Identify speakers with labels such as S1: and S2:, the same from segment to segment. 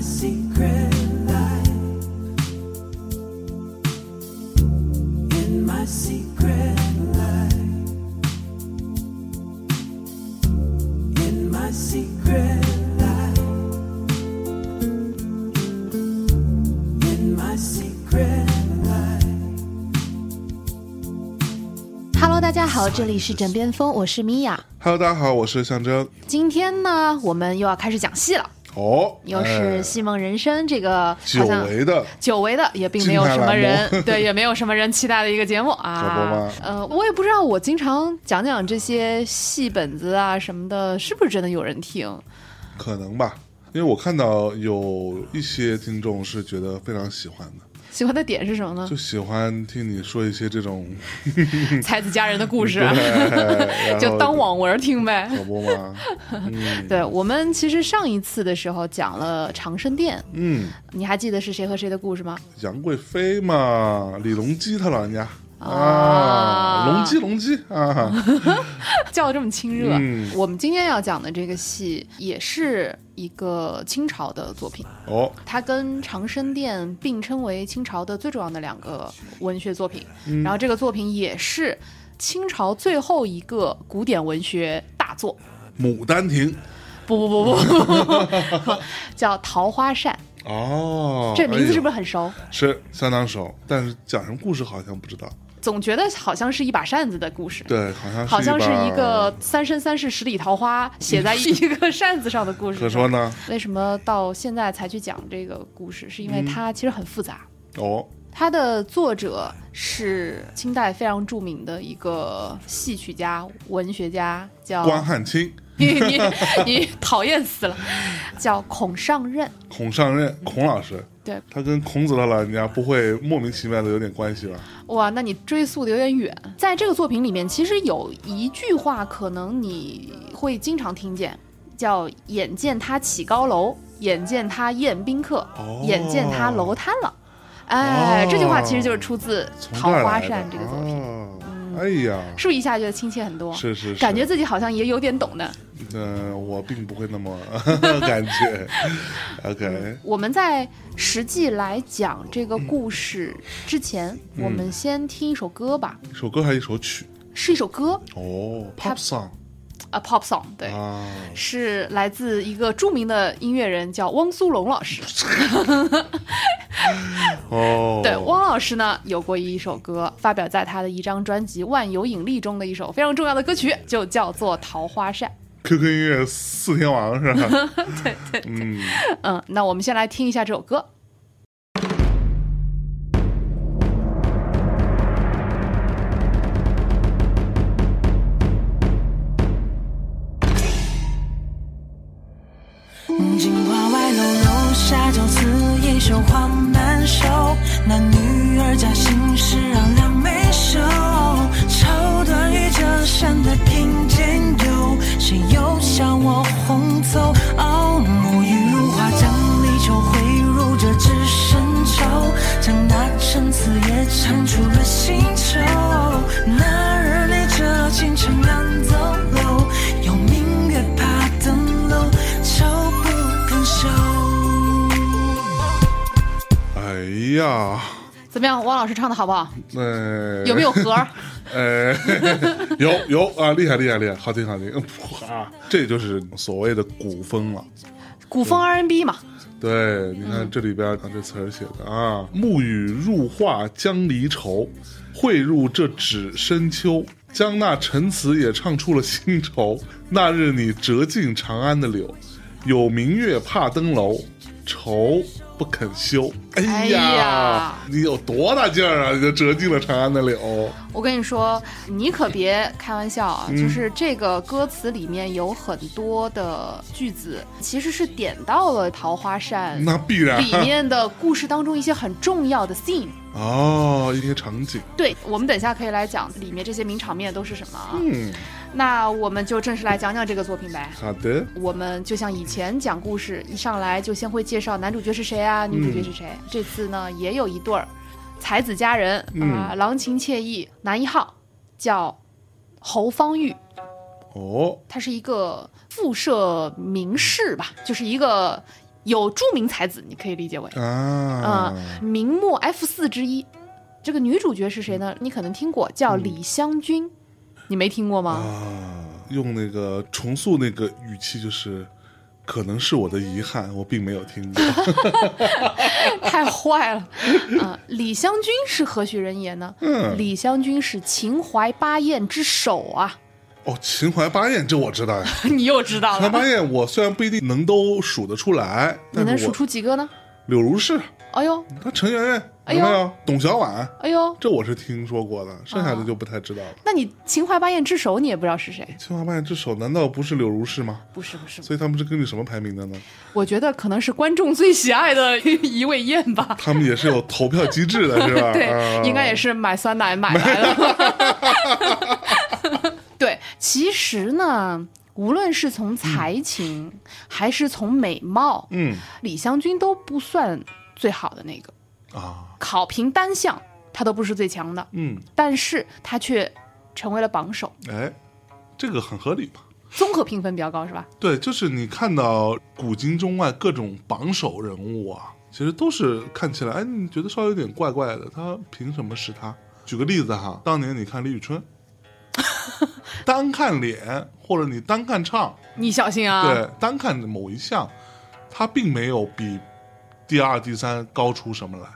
S1: secret life. In my secret life. In my secret life. In my secret life.
S2: Hello，大家好，这里是枕边风，我是米娅。
S3: Hello，大家好，我是象征。
S2: 今天呢，我们又要开始讲戏了，
S3: 哦，
S2: 又是《
S3: 哎
S2: 戏梦人生》这个
S3: 久
S2: 好像
S3: 违的，
S2: 久违的，也并没有什么
S3: 金牌栏
S2: 人
S3: 目
S2: 对，也没有什么人期待的一个节目
S3: 可不
S2: 啊
S3: 嘛。
S2: 呃，我也不知道，我经常讲讲这些戏本子啊什么的，是不是真的有人听？
S3: 可能吧，因为我看到有一些听众是觉得非常喜欢的，
S2: 喜欢的点是什么呢
S3: 就？喜欢听你说一些这种，
S2: 才子佳人的故 事，啊
S3: 对
S2: 就当。
S3: 然后
S2: 网文听呗。
S3: 可不嘛，
S2: 对我们其实上一次的时候讲了长生殿，
S3: 嗯，
S2: 你还记得是谁和谁的故事吗？
S3: 杨贵妃嘛，李隆基他老人家
S2: 啊
S3: 啊，隆基隆基啊，
S2: 叫的这么亲热。
S3: 嗯
S2: 我们今天要讲的这个戏也是一个清朝的作品，
S3: 哦，
S2: 它跟《长生殿》并称为清朝的最重要的两个文学作品。然后这个作品也是清朝最后一个古典文学大作，
S3: 《牡丹亭》
S2: 不不不不，叫《桃花扇
S3: 哦》，，
S2: 这名字是
S3: 哎
S2: 不是很熟？
S3: 呦是相当熟？但是讲什么故事好像不知道，
S2: 总觉得好像是一把扇子的故事。
S3: 对，好像
S2: 好像是一
S3: 把
S2: 个三生三世十里桃花写在一个扇子上的故事。
S3: 可说呢，
S2: 为什么到现在才去讲这个故事？是因
S3: 嗯
S2: 为它其实很复杂。
S3: 哦，
S2: 它的作者是清代非常著名的一个戏曲家、文学家，叫
S3: 关汉卿、
S2: 你你你讨厌死了，叫孔尚任。
S3: 孔尚任、孔老师，
S2: 嗯对，
S3: 他跟孔子的老人家不会莫名其妙的有点关系吧？
S2: 哇，那你追溯的有点远。在这个作品里面，其实有一句话，可能你会经常听见，叫“眼见他起高楼，眼见他宴宾客，
S3: 哦
S2: 眼见他楼瘫了”。哎，这句话
S3: 哦
S2: 其实就是出自《
S3: 从
S2: 桃
S3: 这儿
S2: 花
S3: 来的
S2: 扇》这个作品，嗯
S3: 哦哎呀，
S2: 是不是一下觉得亲切很多？
S3: 是是是，
S2: 感觉自己好像也有点懂呢。
S3: 嗯、我并不会 那么感觉。OK，
S2: 我们在实际来讲这个故事之前，我
S3: 嗯
S2: 们先听一首歌吧，
S3: 一首歌还是一首曲？
S2: 是一首歌
S3: 哦
S2: 它
S3: ，pop song
S2: 啊，pop song，对，
S3: 啊，
S2: 是来自一个著名的音乐人，叫汪苏泷老师。
S3: 哦，
S2: 对，汪老师呢有过一首歌，发表在他的一张专辑《万有引力》中的一首非常重要的歌曲，就叫做《桃花扇》。
S3: QQ 音乐四天王是吧？对对嗯，
S2: 嗯，那我们先来听一下这首歌。
S1: 镜花外楼，楼下酒肆一袖花难收，男女二家心事让两眉秀。绸缎与折扇的并肩游，谁又向我红走？哦，沐浴如花，将离愁汇入这只深愁，将那陈词也唱出了新愁。那日里这清晨赶走楼，有明月爬登楼，愁不肯休。
S3: 哎呀，
S2: 怎么样，汪老师唱的好不好？
S3: 那、
S2: 有没有和儿？
S3: 呃， 有有啊，厉害厉害厉害，好 听好听，嗯哇，这就是所谓的古风了。
S2: 古 风 R&B 嘛，
S3: 对，你看这里边啊，这词儿写的啊，暮雨入画将离愁，汇入这纸深秋，将那陈词也唱出了新愁。那日你折尽长安的柳，有明月怕登楼，愁不肯休。哎呀，
S2: 哎呀
S3: 你有多大劲儿啊？你就折尽了长安的柳，
S2: 我跟你说，你可别开玩笑啊！就是这个歌词里面有很多的句子，其实是点到了《桃花扇
S3: 那》必然
S2: 里面的故事当中一些很重要的 scene。
S3: 哦，一些场景。
S2: 对，我们等一下可以来讲里面这些名场面都是什么啊？
S3: 嗯，
S2: 那我们就正式来讲讲这个作品呗。
S3: 好的，
S2: 我们就像以前讲故事，一上来就先会介绍男主角是谁啊，女主角是谁。这次呢，也有一对儿才子佳人啊、郎情妾意。男一号叫侯方域，
S3: 哦，
S2: 他是一个复社名士吧，就是一个有著名才子，你可以理解为
S3: 啊
S2: 啊、，明末 F 四之一。这个女主角是谁呢？你可能听过，叫李香君，你没听过吗？
S3: 啊，用那个重塑那个语气，就是可能是我的遗憾，我并没有听 过。
S2: 太坏了。 啊、李香君是何许人也呢？
S3: 嗯
S2: 李香君是秦淮八艳之首啊，
S3: 哦，秦淮八艳这我知道呀，
S2: 你又知道
S3: 秦淮
S2: 了。
S3: 八艳我虽然不一定能都数得出来，
S2: 你能
S3: 但是
S2: 数
S3: 我
S2: 出几个呢？
S3: 柳如是，
S2: 哎呦，
S3: 她陈圆圆
S2: 哎
S3: 有
S2: 呦
S3: 没有？董小宛，
S2: 哎呦，
S3: 这我是听说过的，剩下
S2: 啊
S3: 的就不太知道了。
S2: 那你秦淮八艳之首你也不知道是谁？
S3: 秦淮八艳之首难道不是柳如是吗？
S2: 不是不是，
S3: 所以他们是根据什么排名的呢？
S2: 我觉得可能是观众最喜爱的一位艳吧。
S3: 他们也是有投票机制的，是吧？
S2: 对，
S3: 啊
S2: 应该也是买酸奶买来的。 对，其实呢，无论是从才情、还是从美貌，
S3: 嗯
S2: 李香君都不算最好的那个。
S3: 啊
S2: 考评单项她都不是最强的，
S3: 嗯，
S2: 但是她却成为了榜首，
S3: 哎，这个很合理吧？
S2: 综合评分比较高，是吧？
S3: 对，就是你看到古今中外各种榜首人物啊，其实都是看起来，哎，你觉得稍微有点怪怪的，他凭什么是他？举个例子哈，当年你看李 宇春，单看脸或者你单看唱，
S2: 你小心啊！
S3: 对，单看某一项，他并没有比第二、第三高出什么来，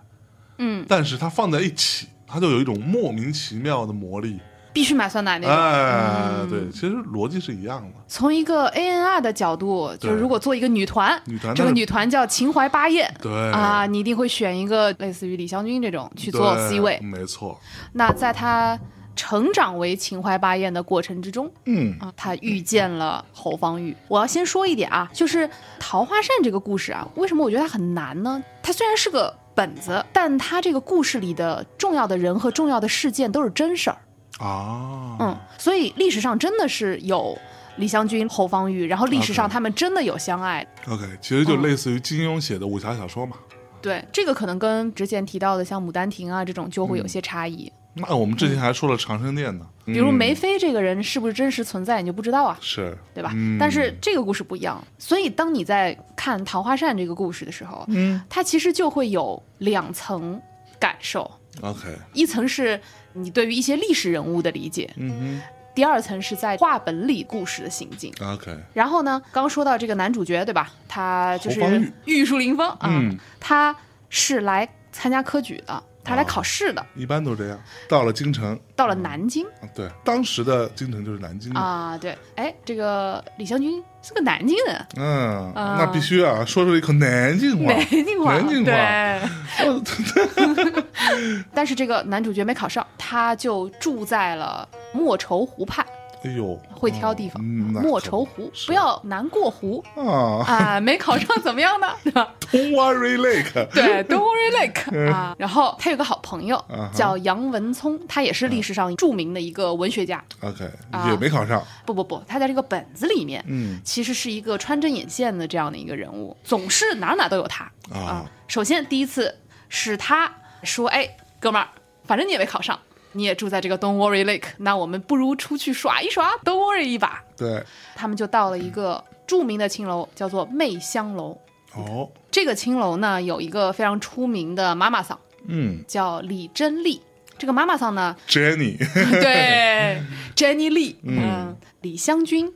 S2: 嗯，
S3: 但是它放在一起，它就有一种莫名其妙的魔力。
S2: 必须买酸奶那种。
S3: 哎，
S2: 嗯
S3: 对，其实逻辑是一样的。
S2: 从一个 ANR 的角度，就是
S3: 对
S2: 如果做一个女团，
S3: 女团
S2: 这个
S3: 但是
S2: 女团叫秦淮八艳。
S3: 对
S2: 啊，你一定会选一个类似于李香君这种去做
S3: 对嗯
S2: C 位。
S3: 没错。
S2: 那在她成长为秦淮八艳的过程之中，
S3: 嗯
S2: 啊，他遇见了侯方域。我要先说一点啊，就是《桃花扇》这个故事啊，为什么我觉得它很难呢？它虽然是个本子，但它这个故事里的重要的人和重要的事件都是真事儿，
S3: 啊，
S2: 嗯，所以历史上真的是有李香君、侯方域，然后历史上
S3: OK
S2: 他们真的有相爱。
S3: ，OK，其实就
S2: 嗯
S3: 类似于金庸写的武侠小说嘛。
S2: 对，这个可能跟之前提到的像《牡丹亭啊》这种就会
S3: 嗯
S2: 有些差异。
S3: 那我们之前还说了长生殿呢，
S2: 嗯
S3: 嗯
S2: 比如梅妃这个人是不是真实存在，你就不知道啊。
S3: 是
S2: 对吧？
S3: 嗯
S2: 但是这个故事不一样，所以当你在看《桃花扇》这个故事的时候，
S3: 嗯
S2: 它其实就会有两层感受，
S3: OK，
S2: 一层是你对于一些历史人物的理解，
S3: 嗯
S2: 第二层是在话本里故事的行进。
S3: 哼，OK，
S2: 然后呢，刚说到这个男主角对吧？他就
S3: 侯方
S2: 是
S3: 域
S2: 玉树临风啊，
S3: 嗯
S2: 他是来参加科举的，他
S3: 哦
S2: 来考试的，
S3: 一般都这样。到了京城，
S2: 到了南京
S3: 啊对，当时的京城就是南京嘛。
S2: 啊，对，哎，这个李香君是个南京人，
S3: 嗯，
S2: 啊
S3: 那必须啊，说出一口南京话，
S2: 南京话，
S3: 南京话
S2: 对。哦 但是这个男主角没考上，他就住在了莫愁湖畔，
S3: 哎呦，
S2: 会挑地方。
S3: 嗯那
S2: 莫
S3: 可
S2: 愁湖，
S3: 是
S2: 不要难过湖
S3: 啊
S2: 啊！ 没考上怎么样呢？对吧？
S3: ，Don't worry lake，
S2: 对，Don't worry Lake 啊。然后他有个好朋友
S3: 嗯哼
S2: 叫杨文聪，他也是历史上著名的一个文学家。
S3: OK，
S2: 啊
S3: 也没考上，
S2: 不不不，他在这个本子里面
S3: 嗯
S2: 其实是一个穿针引线的这样的一个人物，总是哪儿哪儿都有他啊
S3: 啊，。
S2: 首先第一次是他说：“哎，哥们儿，反正你也没考上，你也住在这个 Don't Worry Lake，那我们不如出去耍一耍，Don't Worry 一把。
S3: 对，”
S2: 他们就到了一个著名的青楼，叫做媚香楼。
S3: 哦，
S2: 这个青楼呢，有一个非常出名的妈妈桑，
S3: 嗯
S2: 叫李珍丽。这个妈妈桑呢，
S3: ，Jenny，
S2: 对 Jenny Lee，嗯，李香君，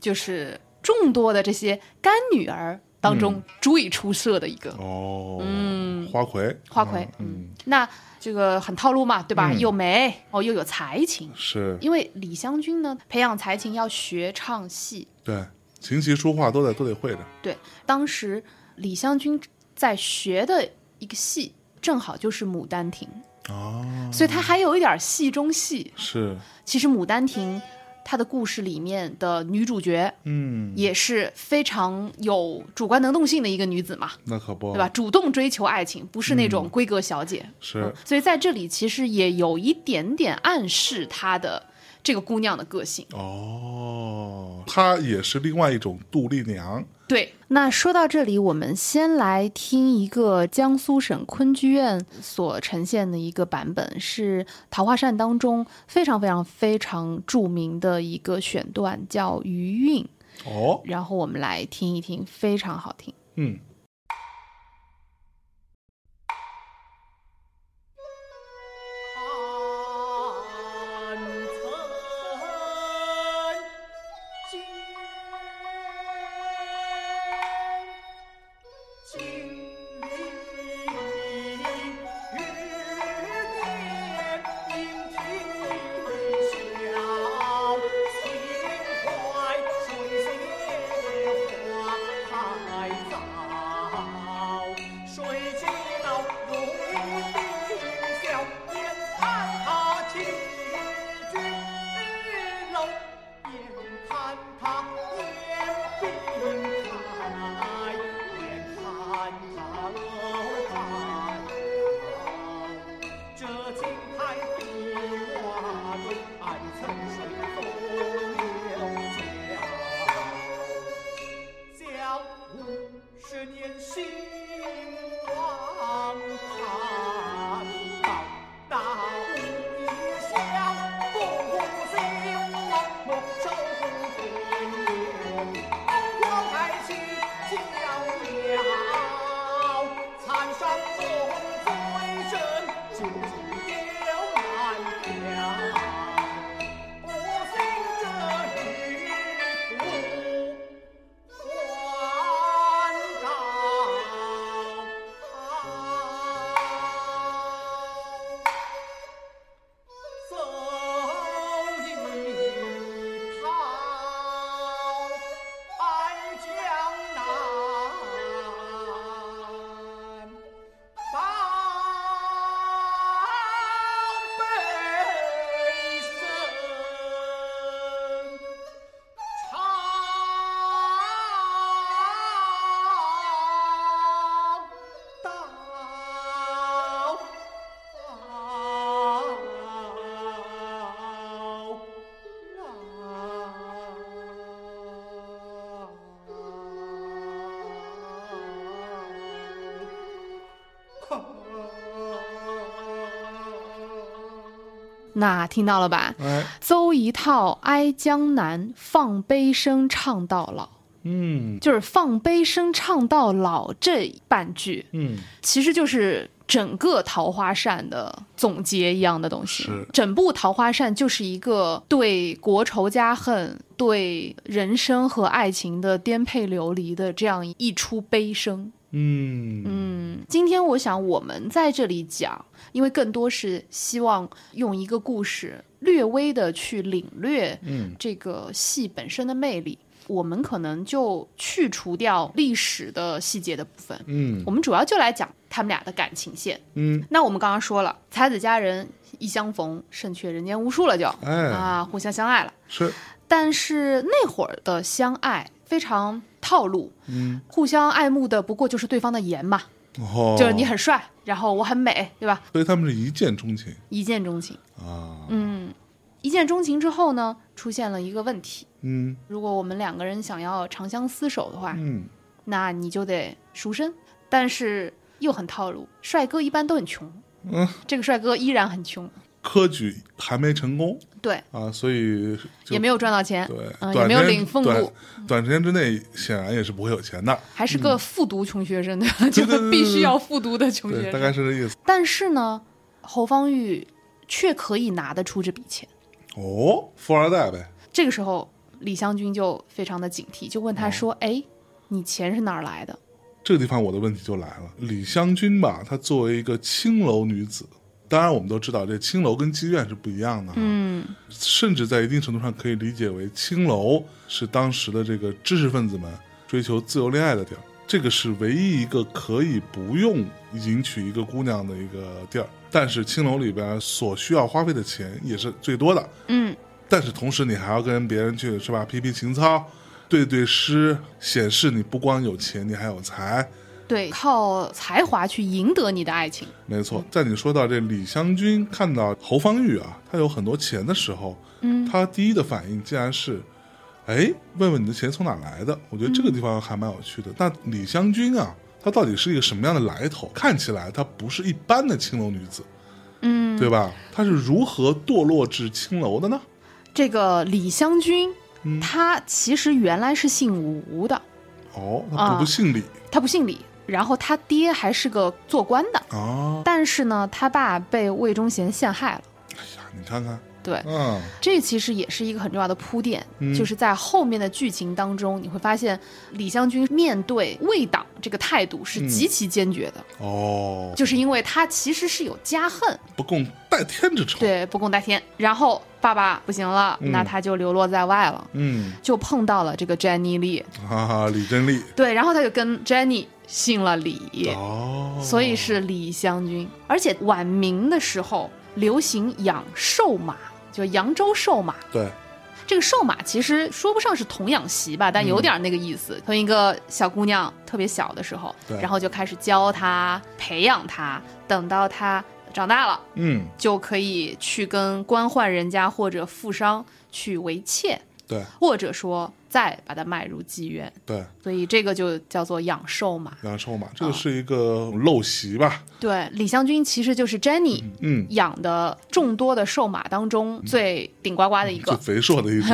S2: 就是众多的这些干女儿当中最出色的一个。
S3: 哦，嗯，花魁，啊
S2: 花魁，嗯，那这个很套路嘛，对吧？
S3: 哦嗯
S2: 又美哦，又有才情。
S3: 是
S2: 因为李香君呢，培养才情要学唱戏。
S3: 对，琴棋书画都得都得会着，
S2: 对，当时李香君在学的一个戏，正好就是《牡丹亭》，
S3: 哦，
S2: 所以她还有一点戏中戏。
S3: 是，
S2: 其实《牡丹亭》它的故事里面的女主角
S3: 嗯，
S2: 也是非常有主观能动性的一个女子嘛，
S3: 那可不，
S2: 对吧？？主动追求爱情，不是那
S3: 嗯
S2: 种闺阁小姐。
S3: 是，
S2: 所以在这里其实也有一点点暗示她的这个姑娘的个性。
S3: 哦，她也是另外一种杜丽娘，
S2: 对，那说到这里，我们先来听一个江苏省昆剧院所呈现的一个版本，是《桃花扇》当中非常非常非常著名的一个选段，叫《余韵》，
S3: 哦，
S2: 然后我们来听一听，非常好听。
S3: 嗯。
S2: 那听到了吧？
S3: 哎，
S2: 邹一套哀江南，放悲声唱到老，
S3: 嗯
S2: 就是放悲声唱到老这半句，
S3: 嗯，
S2: 其实就是整个《桃花扇》的总结一样的东西
S3: 是。
S2: 整部《桃花扇》就是一个对国仇家恨、对人生和爱情的颠沛流离的这样一出悲声。
S3: 嗯
S2: 嗯，今天我想我们在这里讲，因为更多是希望用一个故事略微的去领略
S3: 嗯
S2: 这个戏本身的魅力。我们可能就去除掉历史的细节的部分，
S3: 嗯
S2: 我们主要就来讲他们俩的感情线。
S3: 嗯，
S2: 那我们刚刚说了，才子佳人一相逢，胜却人间无数了就，
S3: 哎，
S2: 啊，互相相爱了。
S3: 是，
S2: 但是那会儿的相爱非常套路，
S3: 嗯，
S2: 互相爱慕的不过就是对方的颜嘛，
S3: 哦，
S2: 就是你，很帅，然后我很美，对吧？
S3: 所以他们是一见钟情
S2: 一见钟情。
S3: 啊，
S2: 嗯，一见钟情之后呢，出现了一个问题：
S3: 嗯
S2: 如果我们两个人想要长相厮守的话，
S3: 嗯，
S2: 那你就得赎身，但是又很套路。帅哥一般都很穷，
S3: 嗯，
S2: 这个帅哥依然很穷，
S3: 科举还没成功
S2: 对，
S3: 啊，所以就
S2: 也没有赚到钱，
S3: 对，
S2: 嗯，也
S3: 短
S2: 没有
S3: 时间
S2: 领俸禄，
S3: 短短时间之内显然也是不会有钱的，
S2: 还是个复读穷学生，对吧？ 就
S3: 嗯对对
S2: 必须要复读的穷
S3: 对，
S2: 学
S3: 大
S2: 生。
S3: 概是这意思。
S2: 但是呢，侯方域却可以拿得出这笔钱。
S3: 哦，富二代呗，
S2: 这个时候，李香君就非常的警惕，就问他
S3: 哦
S2: 说：“哎，你钱是哪儿来的？
S3: 这个地方我的问题就来了。李香君吧，她作为一个青楼女子，当然我们都知道这青楼跟妓院是不一样的，啊
S2: 嗯，
S3: 甚至在一定程度上可以理解为青楼是当时的这个知识分子们追求自由恋爱的地儿，这个是唯一一个可以不用迎娶一个姑娘的一个地儿。但是青楼里边所需要花费的钱也是最多的，
S2: 嗯，
S3: 但是同时你还要跟别人去是吧，批批情操，对对诗，显示你不光有钱，你还有才。
S2: 对，靠才华去赢得你的爱情。
S3: 没错，在你说到这李香君看到侯方域啊，他有很多钱的时候，
S2: 嗯，
S3: 他第一的反应竟然是，哎，问问你的钱从哪来的？我觉得这个地方还蛮有趣的。
S2: 嗯
S3: 那李香君啊，她到底是一个什么样的来头？看起来她不是一般的青楼女子，
S2: 嗯，
S3: 对吧？她是如何堕落至青楼的呢？
S2: 这个李香君，
S3: 嗯
S2: 他其实原来是姓吴的，
S3: 哦，她不
S2: 啊
S3: 姓李
S2: 他不姓李，然后他爹还是个做官的。
S3: 啊！
S2: 但是呢，他爸被魏忠贤陷害了。
S3: 哎呀，你看看，
S2: 对，
S3: 嗯
S2: 这其实也是一个很重要的铺垫，
S3: 嗯
S2: 哦就是在后面的剧情当中，你会发现李香君面对魏党这个态度是极其坚决的，
S3: 哦，
S2: 就是因为他其实是有家恨，
S3: 不共戴天之仇。，
S2: 对，不共戴天。然后爸爸不行了，
S3: 嗯
S2: 那他就流落在外了，
S3: 嗯，
S2: 就碰到了这个詹妮丽，
S3: 哈哈，李真丽，
S2: 对，然后他就跟 Jenny 姓了李，
S3: 哦，
S2: 所以是李香君。而且晚明的时候流行养瘦马，就扬州瘦马。
S3: 对，
S2: 这个瘦马其实说不上是童养媳吧，
S3: 嗯
S2: 但有点那个意思。从一个小姑娘特别小的时候，
S3: 对
S2: 然后就开始教她、培养她，等到她长大了，
S3: 嗯，
S2: 就可以去跟官宦人家或者富商去为妾，
S3: 对
S2: 或者说再把它卖入妓院。
S3: 对，
S2: 所以这个就叫做养瘦马。
S3: 杨瘦马，
S2: 啊
S3: 这个是一个陋习吧？
S2: 对，李香君其实就是 Jenny
S3: 嗯，
S2: 养的众多的瘦马当中最顶呱呱的一
S3: 最
S2: 个，呃
S3: 肥硕的一只，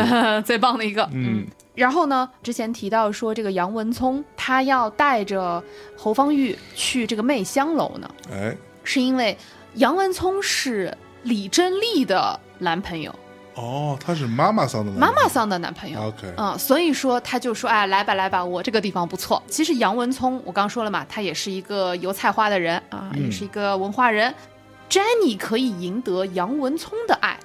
S2: 最棒的一个。
S3: 嗯，
S2: 然后呢，之前提到说这个杨文聪他要带着侯方域去这个媚香楼呢，
S3: 哎，
S2: 是因为杨文聪是李珍丽的男朋友，
S3: 哦，他是妈妈桑的男
S2: 妈
S3: 人啊
S2: 妈桑的男朋友。
S3: ，OK，
S2: 嗯，所以说他就说，哎，来吧来吧，我这个地方不错。其实杨文聪，我刚说了嘛，他也是一个油菜花的人啊，
S3: 嗯
S2: 也是一个文化人。Jenny 可以赢得杨文聪的爱，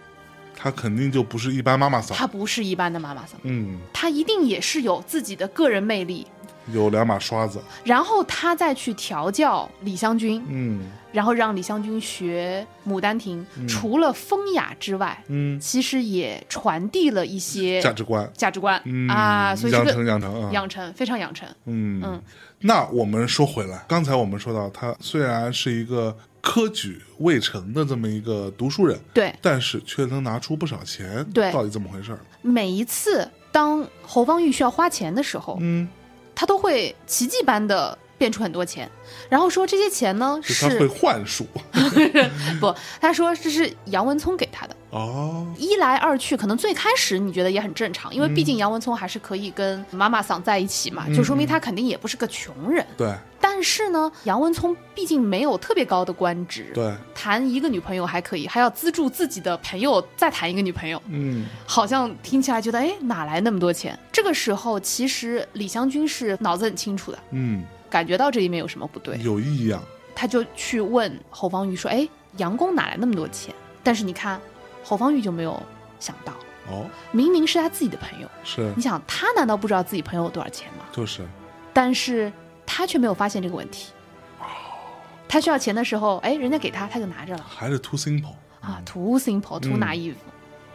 S3: 他肯定就不是一般妈妈桑，
S2: 她不是一般的妈妈桑，
S3: 嗯，
S2: 她一定也是有自己的个人魅力。
S3: 有两把刷子，
S2: 然后她再去调教李香君，
S3: 嗯
S2: 然后让李香君学《牡丹亭》除了风雅之外，
S3: 嗯，
S2: 其实也传递了一些
S3: 价值观，
S2: 价值观、
S3: 嗯
S2: 啊，所以这
S3: 养成
S2: 个
S3: 养成啊，
S2: 养成非常养成。
S3: 嗯
S2: 嗯
S3: 那我们说回来，刚才我们说到，他虽然是一个科举未成的这么一个读书人，
S2: 对，
S3: 但是却能拿出不少钱，
S2: 对
S3: 到底怎么回事儿？
S2: 每一次当侯方域需要花钱的时候，
S3: 嗯，
S2: 他都会奇迹般的变出很多钱，然后说这些钱呢
S3: 就他会
S2: 是
S3: 幻术，
S2: 不，他说这是杨文聪给他的，
S3: 哦，
S2: 一来二去，可能最开始你觉得也很正常，因为
S3: 嗯
S2: 毕竟杨文聪还是可以跟妈妈桑在一起嘛，就说明他肯定也不是个穷人。
S3: 对
S2: 但是呢，杨文聪毕竟没有特别高的官职，
S3: 对，
S2: 谈一个女朋友还可以，还要资助自己的朋友再谈一个女朋友，
S3: 嗯
S2: 好像听起来觉得哎哪来那么多钱？这个时候其实李香君是脑子很清楚的，
S3: 嗯，
S2: 感觉到这里面有什么不对，
S3: 有异样，
S2: 他就去问侯方域说：“哎，杨公哪来那么多钱？”但是你看，侯方域就没有想到，
S3: 哦，
S2: 明明是他自己的朋友，
S3: 是
S2: 你想他难道不知道自己朋友有多少钱吗？
S3: 就是
S2: 但是他却没有发现这个问题。他需要钱的时候，哎，人家给他，他就拿着了
S3: 还是 too simple，
S2: 啊，too simple, too
S3: 嗯
S2: naive。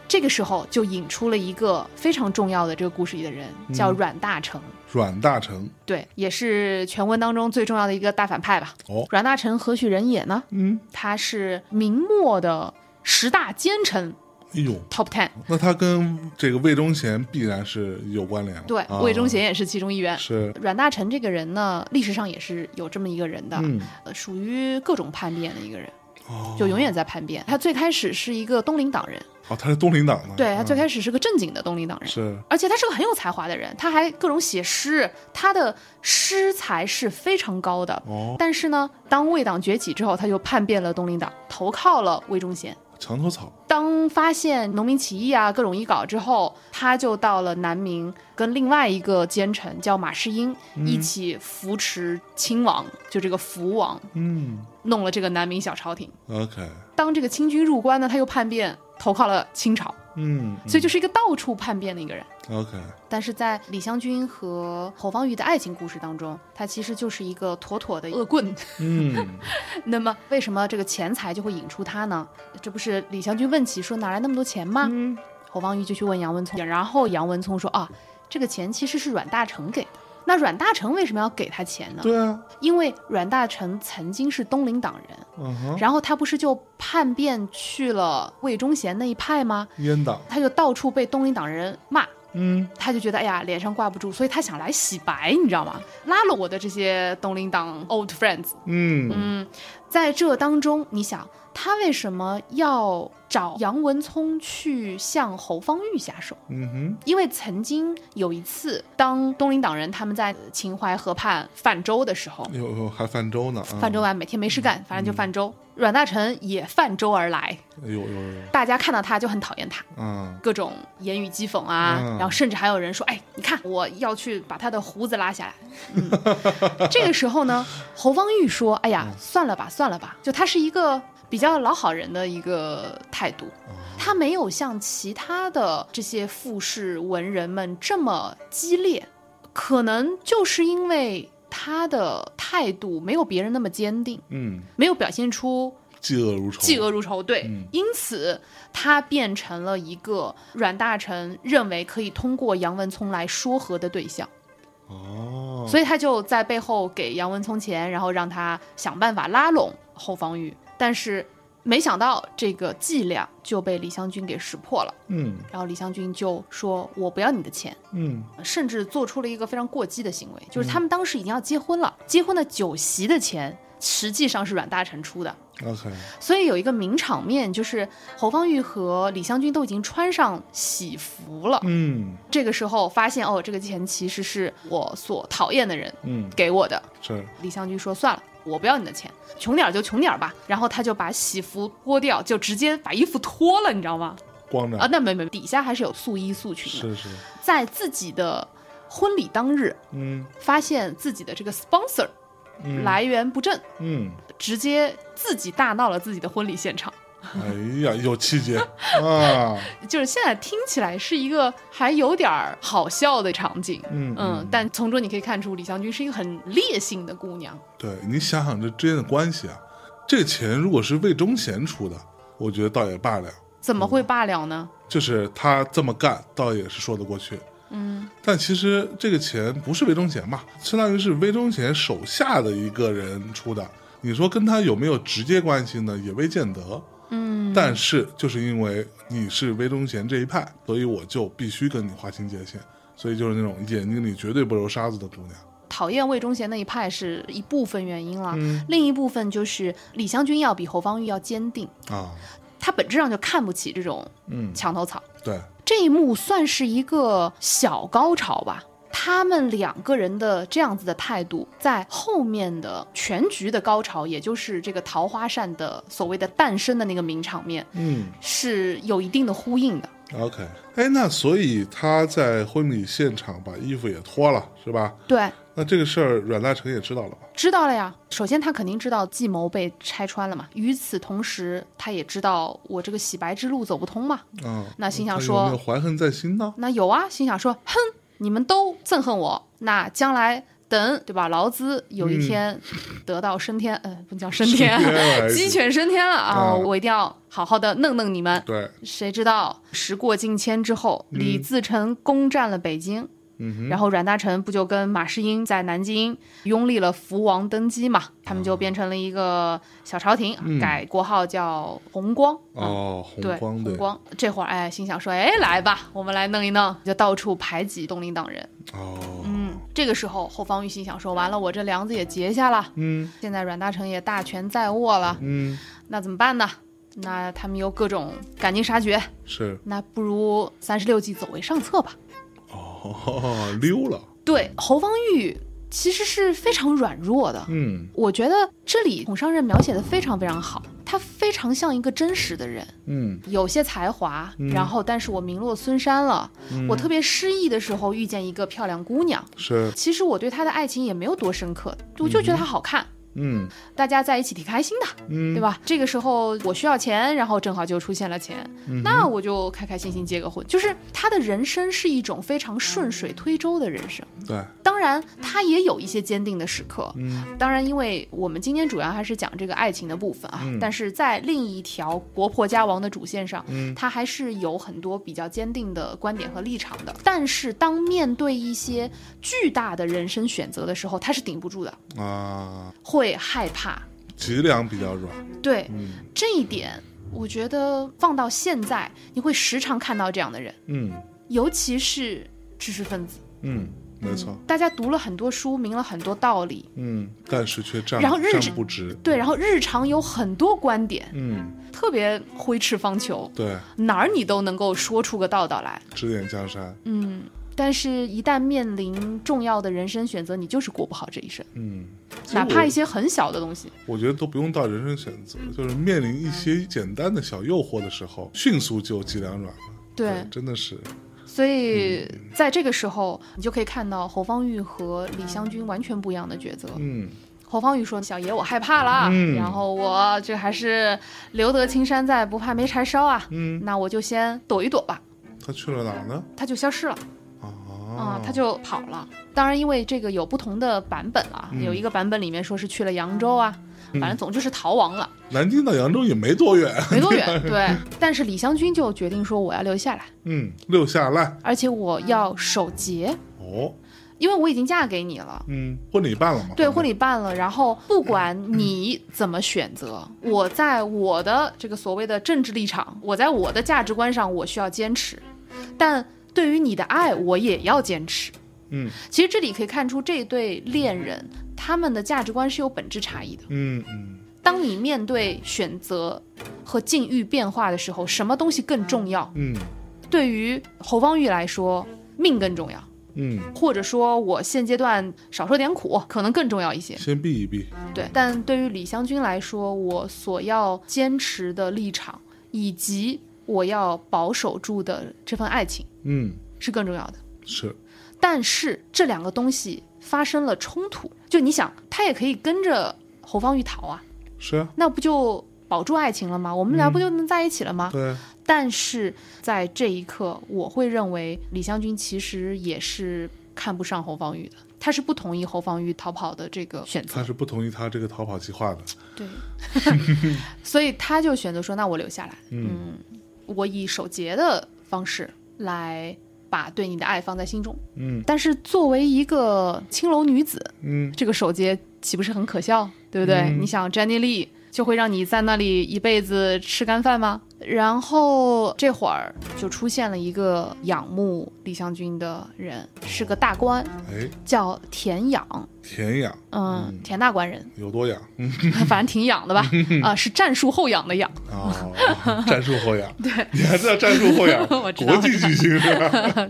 S2: 这个时候就引出了一个非常重要的这个故事里的人，
S3: 嗯
S2: 叫阮大铖。
S3: 阮大铖，
S2: 对，也是全文当中最重要的一个大反派吧。
S3: 哦
S2: 阮大铖何许人也呢？
S3: 嗯，
S2: 他是明末的十大奸臣
S3: 哎呦，
S2: Top Ten，
S3: 那他跟这个魏忠贤必然是有关联了，
S2: 对，
S3: 啊
S2: 魏忠贤也是其中一员。
S3: 是，
S2: 阮大铖这个人呢，历史上也是有这么一个人的，
S3: 嗯，
S2: 呃，属于各种叛变的一个人，
S3: 哦，
S2: 就永远在叛变。他最开始是一个东林党人，
S3: 哦，他是东林党的，
S2: 对他最
S3: 嗯
S2: 开始是个正经的东林党人，
S3: 是，
S2: 而且他是个很有才华的人，他还各种写诗，他的诗才是非常高的。
S3: 哦，
S2: 但是呢，当魏党崛起之后，他就叛变了东林党，投靠了魏忠贤。
S3: 墙头草，
S2: 当发现农民起义啊各种医稿之后，他就到了南明，跟另外一个奸臣叫马士英、
S3: 嗯
S2: 一起扶持亲王，就这个福王，
S3: 嗯
S2: 弄了这个南明小朝廷。
S3: ，OK，
S2: 当这个清军入关呢，他又叛变，投靠了清朝，
S3: 嗯，
S2: 所以就是一个到处叛变的一个人。
S3: 嗯 OK，
S2: 但是在李香君和侯方域的爱情故事当中，他其实就是一个妥妥的恶棍。
S3: 嗯，
S2: 那么为什么这个钱财就会引出他呢？这不是李香君问起说哪来那么多钱吗？
S3: 嗯
S2: 侯方域就去问杨文聪，然后杨文聪说啊，这个钱其实是阮大铖给的。那阮大铖为什么要给他钱呢？
S3: 对啊，
S2: 因为阮大铖曾经是东林党人，
S3: 嗯哼，
S2: 然后他不是就叛变去了魏忠贤那一派吗？
S3: 阉党，
S2: 他就到处被东林党人骂，
S3: 嗯，
S2: 他就觉得哎呀脸上挂不住，所以他想来洗白，你知道吗？拉拢我的这些东林党 old friends，
S3: 嗯，
S2: 嗯，在这当中，你想他为什么要找杨文聪去向侯方域下手？
S3: 嗯哼，
S2: 因为曾经有一次，当东林党人他们在秦淮河畔泛舟的时候，
S3: 有有还泛舟呢，啊
S2: 泛舟，完每天没事干，反正就
S3: 嗯
S2: 泛舟。阮大铖也泛舟而来，
S3: 有有有有，
S2: 大家看到他就很讨厌他，
S3: 嗯，
S2: 各种言语讥讽啊，
S3: 嗯
S2: 然后甚至还有人说：“哎，你看，我要去把他的胡子拉下来。”嗯， 这个时候呢，侯方域说：“哎呀，算了吧，算了吧。”就他是一个比较老好人的一个态度，他没有像其他的这些富士文人们这么激烈，可能就是因为他的态度没有别人那么坚定，
S3: 嗯，
S2: 没有表现出
S3: 嫉恶如仇，
S2: 嫉恶如仇，对，
S3: 嗯
S2: 因此他变成了一个阮大铖认为可以通过杨文聪来说和的对象，
S3: 哦，
S2: 所以他就在背后给杨文聪钱，然后让他想办法拉拢后方域。但是没想到这个伎俩就被李香君给识破了，
S3: 嗯
S2: 然后李香君就说：“我不要你的钱。”
S3: 嗯，
S2: 甚至做出了一个非常过激的行为，就是他们当时已经要结婚了，结婚的酒席的钱实际上是阮大铖出的。
S3: OK，
S2: 所以有一个名场面，就是侯方域和李香君都已经穿上喜服了。
S3: 嗯
S2: 这个时候发现，哦，这个钱其实是我所讨厌的人
S3: 嗯，
S2: 给我的。
S3: 是，
S2: 李香君说：“算了，我不要你的钱，穷点儿就穷点儿吧。”然后他就把喜服脱掉，就直接把衣服脱了，你知道吗？
S3: 光着
S2: 啊，，那没没，底下还是有素衣素裙的。
S3: 嗯是是，
S2: 在自己的婚礼当日，
S3: 嗯
S2: 发现自己的这个 sponsor
S3: 嗯，，
S2: 来源不正，
S3: 嗯，
S2: 直接自己大闹了自己的婚礼现场。
S3: 哎呀，有气节啊，
S2: 就是现在听起来是一个还有点儿好笑的场景，
S3: 嗯
S2: 嗯，但从中你可以看出李香君是一个很烈性的姑娘，
S3: 对你想想这之间的关系啊，这钱如果是魏忠贤出的，我觉得倒也罢了，
S2: 怎么会罢了呢？
S3: 就是他这么干倒也是说得过去。嗯，但其实这个钱不是魏忠贤嘛，相当于是魏忠贤手下的一个人出的。你说跟他有没有直接关系呢？也未见得。嗯，但是就是因为你是魏忠贤这一派，所以我就必须跟你划清界限。所以就是那种眼睛里绝对不揉沙子的姑娘。
S2: 讨厌魏忠贤那一派是一嗯部分原因了，另一部分就是李香君要比侯方域要坚定。
S3: 啊，
S2: 他本质上就看不起这种
S4: 嗯
S2: 墙头草。
S3: 对，
S2: 这一幕算是一个小高潮吧。他们两个人的这样子的态度，在后面的全局的高潮，也就是这个桃花扇的所谓的诞生的那个名场面，
S4: 嗯
S2: 是有一定的呼应的。
S3: OK，哎，那所以他在婚礼现场把衣服也脱了，是吧？
S2: 对，
S3: 那这个事儿阮大铖也知道了吧？
S2: 知道了呀。首先，他肯定知道计谋被拆穿了嘛。与此同时，他也知道我这个洗白之路走不通嘛。
S3: 啊，
S2: 那心想
S3: 他
S2: 说
S3: 有没有怀恨在心呢？
S2: 那有啊，心想说，哼，你们都憎恨我，那将来等对吧？劳资有一天得到升天，嗯、呃，不叫升天
S3: 升天了，
S2: 鸡犬升天了啊！
S3: 嗯
S2: 我一定要好好的弄弄你们。
S3: 对，
S2: 谁知道时过境迁之后，李自成攻占了北京，
S4: 嗯
S2: 然后阮大铖不就跟马士英在南京拥立了福王登基嘛？他们就变成了一个小朝廷，改国号叫弘光。啊
S3: 哦，
S2: 对，
S3: 红光队，
S2: 光这会儿哎，心想说，哎，来吧，我们来弄一弄，就到处排挤东林党人。
S3: 哦，
S2: 嗯，这个时候后方玉心想说，完了，我这梁子也结下了，
S3: 嗯
S2: 现在阮大铖也大权在握了，
S3: 嗯，
S2: 那怎么办呢？那他们又各种赶尽杀绝，
S3: 是
S2: 那不如三十六计走为上策吧。
S3: 哦，溜了，
S2: 对，侯方域其实是非常软弱的，
S4: 嗯
S2: 我觉得这里孔尚任描写的非常非常好，他非常像一个真实的人。
S4: 嗯
S2: 有些才华，然后但是我名落孙山了。
S4: 嗯
S2: 我特别失意的时候遇见一个漂亮姑娘，
S3: 是
S2: 其实我对她的爱情也没有多深刻，我就觉得她好看，
S4: 嗯
S2: 大家在一起挺开心的，
S4: 嗯
S2: 对吧？这个时候我需要钱，然后正好就出现了钱，
S4: 嗯
S2: 那我就开开心心结个婚。就是她的人生是一种非常顺水推舟的人生。
S3: 对，
S2: 当然，他也有一些坚定的时刻。嗯，当然，因为我们今天主要还是讲这个爱情的部分啊，但是在另一条国破家亡的主线上，他还是有很多比较坚定的观点和立场的。但是，当面对一些巨大的人生选择的时候，他是顶不住的，
S3: 啊，
S2: 会害怕。
S3: 脊梁比较软，嗯
S2: 对、这一点，我觉得放到现在，你会时常看到这样的人，
S4: 嗯
S2: 尤其是知识分子。
S4: 嗯
S3: 没错，
S2: 大家读了很多书，明了很多道理，
S4: 嗯
S3: 但是却站
S2: 然后认识
S3: 站不直，
S2: 对，然后日常有很多观点，
S4: 嗯
S2: 特别挥斥方遒，
S3: 对，
S2: 哪儿你都能够说出个道道来。
S3: 指点江山，
S2: 嗯，但是，一旦面临重要的人生选择，你就是过不好这一生，
S4: 嗯
S2: 哪怕一
S3: 些。
S2: 些很小的东西。
S3: 我觉得都不用到人生选择，就是面临一些简单的小诱惑的时候，迅速就脊梁软了。
S2: 对
S3: 真的是，
S2: 所以，
S4: 嗯
S2: 在这个时候，你就可以看到侯方域和李香君完全不一样的抉择。
S4: 嗯
S2: 侯方域说：“小爷我害怕了，
S4: 嗯
S2: 然后我这还是留得青山在，不怕没柴烧啊。
S4: 嗯
S2: 那我就先躲一躲吧。
S3: 他去了哪儿呢？”
S2: 他就消失了。啊
S3: 啊，，
S2: 他就跑了。当然，因为这个有不同的版本啊，有一个版本里面说是去了扬州啊，反正总之是逃亡了，
S3: 南京到扬州也没多 远，
S2: 没多远。对，但是李香君就决定说我要留下来，
S4: 嗯
S3: 六下烂
S2: 而且我要守节，
S3: 哦，
S2: 因为我已经嫁给你了。
S3: 嗯，婚礼办了嘛？
S2: 对，婚礼办了，然后不管你怎么选择，我在我的这个所谓的政治立场，我在我的价值观上，我需要坚持，但对于你的爱，我也要坚持。
S4: 嗯，
S2: 其实这里可以看出这对恋人他们的价值观是有本质差异的。
S4: 嗯嗯
S2: 当你面对选择和境遇变化的时候，什么东西更重要？
S4: 嗯
S2: 对于侯方域来说，命更重要，
S4: 嗯
S2: 或者说我现阶段少受点苦，可能更重要一些。
S3: 先避一避，
S2: 对，但对于李香君来说，我所要坚持的立场以及我要保守住的这份爱情
S4: 嗯
S2: 是更重要的。
S3: 是
S2: 但是这两个东西发生了冲突，就你想，他也可以跟着侯方域逃啊，
S3: 是啊，
S2: 那不就保住爱情了吗？我们俩不就能在一起了吗？
S3: 对，啊
S2: 但是在这一刻，我会认为李香君其实也是看不上侯方域的，他是不同意侯方域逃跑的这个选
S3: 他
S2: 择，
S3: 是不同意他这个逃跑计划的，
S2: 对， 所以他就选择说，那我留下来，嗯，我以守节的方式来把对你的爱放在心中。
S4: 嗯
S2: 但是作为一个青楼女子，
S4: 嗯
S2: 这个守节岂不是
S3: 嗯
S2: 很可笑，对不对？你想詹妮丽就会让你在那里一辈子吃干饭吗？然后这会儿就出现了一个仰慕李香君的人，是个大官，
S3: 哎，
S2: 叫田养，
S3: 田养
S2: 嗯，田大官 人，
S3: 有多养？嗯
S2: 反正挺养的 吧？啊，是战术后仰的仰，，
S3: 哦，战术后仰，对，你还知道战术后仰
S2: 我知道
S3: 国际巨星是 吧？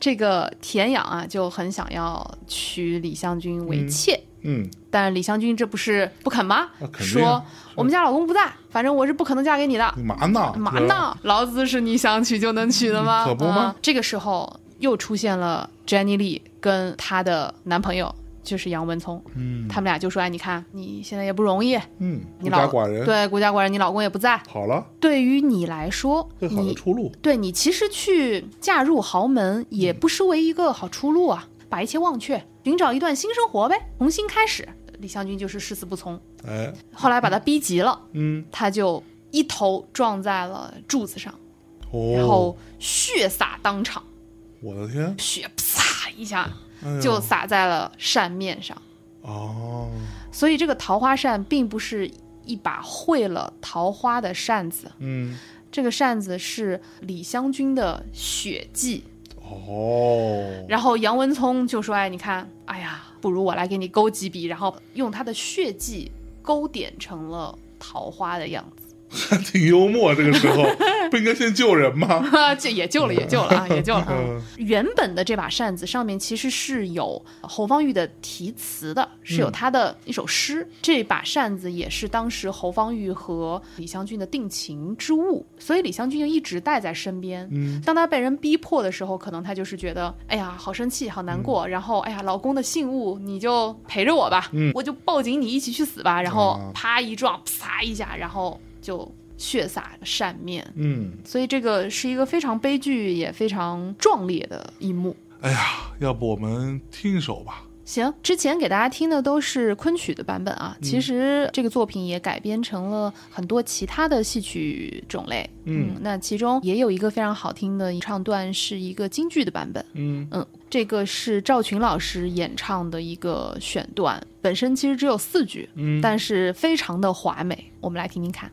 S2: 这个田养啊，就很想要娶李香君为妾，
S3: 嗯，
S2: 但李香君这不是不肯吗？
S3: 那肯定
S2: 说
S3: 啊
S2: 我们家老公不在，反正我是不可能嫁给你的。
S3: 你嘛呢？
S2: 嘛呢？老子是你想娶就能娶的吗？
S3: 啊嗯可不吗
S2: 啊这个时候又出现了 Jenny Lee 跟她的男朋友，就是杨文聪，
S3: 嗯
S2: 他们俩就说：“哎，你看你现在也不容易，
S3: 嗯，
S2: 你
S3: 孤
S2: 老
S3: 家寡人，
S2: 对孤家寡人，你老公也不在。
S3: 好了，
S2: 对于你来说，
S3: 最好的
S2: 你
S3: 出路，
S2: 对你其实去嫁入豪门也不失为一个好出路啊，把一切忘却，寻找一段新生活呗，重新开始。”李香君就是誓死不从，
S3: 哎，
S2: 后来把他逼急了，
S3: 嗯，
S2: 他就一头撞在了柱子上。然
S3: 哦
S2: 后，血洒当场，
S3: 我的天，
S2: 血啪一下
S3: 哎呦
S2: 就洒在了扇面上。
S3: 哦，
S2: 所以这个桃花扇并不是一把会了桃花的扇子，
S3: 嗯，
S2: 这个扇子是李香君的血迹。
S3: 哦，
S2: 然后杨文聪就说：“哎，你看，哎呀，不如我来给你勾几笔，然后用他的血迹勾点成了桃花的样子。
S3: 还 挺幽默，这个时 候不应该先救人吗？
S2: 这也救了，也救了啊，也救了啊。”
S3: 嗯，
S2: 原本的这把扇子上面其实是有侯方域的题词的，是有他的一首诗。这把扇子也是当时侯方域和李香君的定情之物，所以李香君就一直带在身边。
S3: 嗯
S2: 当他被人逼迫的时候，可能他就是觉得，哎呀，好生气，好难过。然后，哎呀，老公的信物，你就陪着我吧，
S3: 嗯
S2: 我就抱紧你一起去死吧。然后
S3: 啊
S2: 啪一撞，啪一下，然后就血洒扇面。
S3: 嗯，
S2: 所以这个是一个非常悲剧也非常壮烈的一幕。
S3: 哎呀，要不我们听一首吧？
S2: 行，之前给大家听的都是昆曲的版本啊，其实这个作品也改编成了很多其他的戏曲种类。
S3: 嗯
S2: 那其中也有一个非常好听的唱段，是一个京剧的版本。
S3: 嗯
S2: 嗯，这个是赵群老师演唱的一个选段，本身其实只有四句，
S3: 嗯
S2: 但是非常的华美。我们来听听看。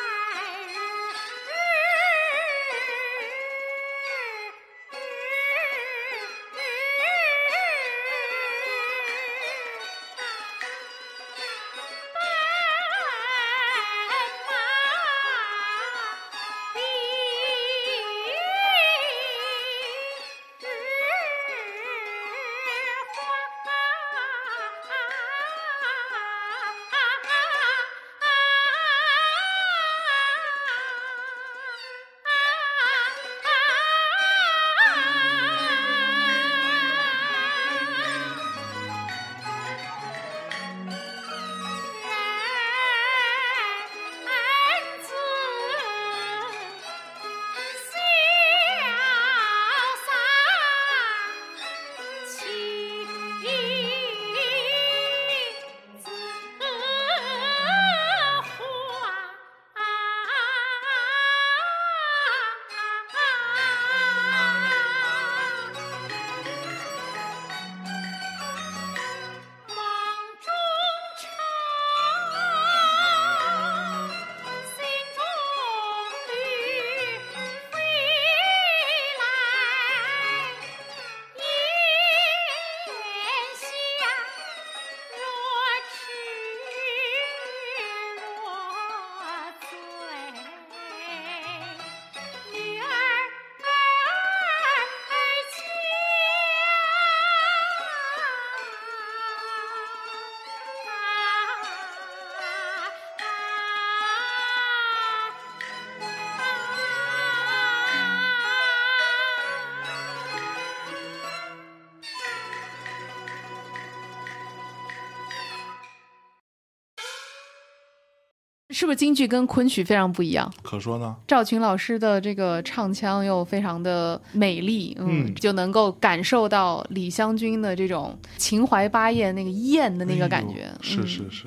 S4: 彩
S2: 是不是京剧跟昆曲非常不一样？
S3: 可说呢，
S2: 赵群老师的这个唱腔又非常的美丽，嗯，
S3: 嗯
S2: 就能够感受到李香君的这种秦淮八艳那个艳的那个感觉
S3: 哎。呦是是是。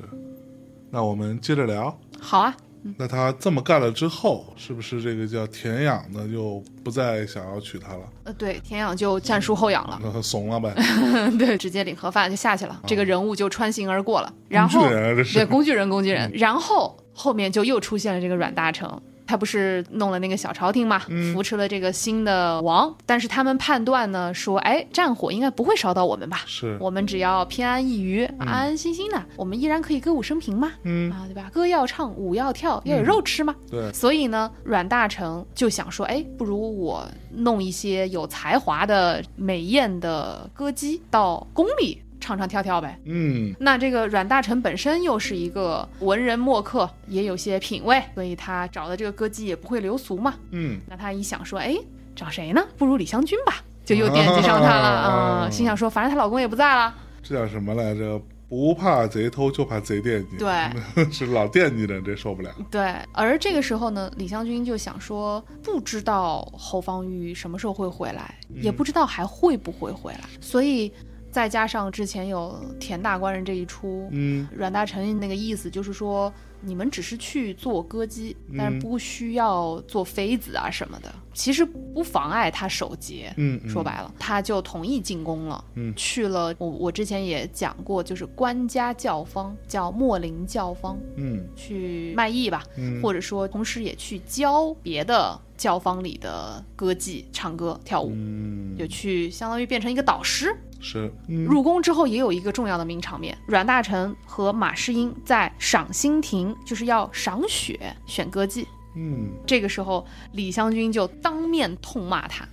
S3: 那我们接着聊。
S2: 嗯，好啊，
S3: 那他这么干了之后，是不是这个叫田养呢，就不再想要娶她了？
S2: 呃，对，田养就战术后仰了，
S3: 那他怂了呗？
S2: 对，直接领盒饭就下去了，这个人物就穿行而过了。然后
S3: 哦工具人啊这是
S2: 对工具人，工具人。然后后面就又出现了这个阮大铖，他不是弄了那个小朝廷嘛，
S3: 嗯
S2: 扶持了这个新的王。但是他们判断呢，说，哎，战火应该不会烧到我们吧？
S3: 是，
S2: 我们只要偏安一隅，安安心心的，我们依然可以歌舞升平嘛，
S3: 嗯
S2: 啊，对吧？歌要唱，舞要跳，要有肉吃嘛。
S3: 对，
S2: 所以呢，阮大铖就想说，哎，不如我弄一些有才华的美艳的歌姬到宫里唱唱跳跳呗。
S3: 嗯，
S2: 那这个阮大铖本身又是一个文人墨客，也有些品味，所以他找的这个歌姬也不会流俗嘛。
S3: 嗯，
S2: 那他一想说，哎，找谁呢？不如李香君吧，就又惦记上他了啊、
S3: 啊
S2: 心想说，反正她老公也不在了，
S3: 这叫什么来着？不怕贼偷，就怕贼惦记。
S2: 对，
S3: 是老惦记着，这受不了。
S2: 对。而这个时候呢，李香君就想说，不知道侯方域什么时候会回来，也
S3: 嗯
S2: 不知道还会不会回来，所以再加上之前有田大官人这一出，
S3: 嗯
S2: 阮大铖那个意思就是说，你们只是去做歌姬，但是
S3: 嗯
S2: 不需要做妃子啊什么的，其实不妨碍他守节。
S3: 嗯，嗯
S2: 说，白了，他就同意进宫了，
S3: 嗯
S2: 去了。我我之前也讲过，就是官家教坊，叫莫林教坊，
S3: 嗯
S2: 去卖艺吧，
S3: 嗯，
S2: 或者说同时也去教别的教坊里的歌妓唱歌跳舞，
S3: 嗯
S2: 就去相当于变成一个导师。
S3: 是，嗯
S2: 入宫之后也有一个重要的名场面，阮大铖和马士英在赏心亭，就是要赏雪选歌妓。
S3: 嗯，
S2: 这个时候，李香君就当面痛骂他。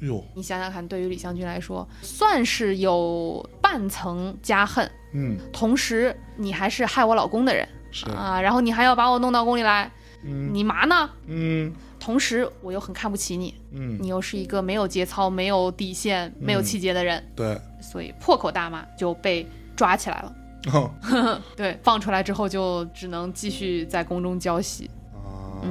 S3: 哟，
S2: 你想想看，对于李香君来说，算是有半层家恨，
S3: 嗯
S2: 同时你还是害我老公的人
S3: 是，
S2: 啊，然后你还要把我弄到宫里来，
S3: 嗯
S2: 你嘛呢？
S3: 嗯
S2: 同时我又很看不起你，
S3: 嗯，
S2: 你又是一个没有节操、没有底线、没有气节的人，
S3: 对，
S2: 所以破口大骂就被抓起来了。
S3: 哦
S2: 对，放出来之后就只能继续在宫中浇洗。
S3: 啊，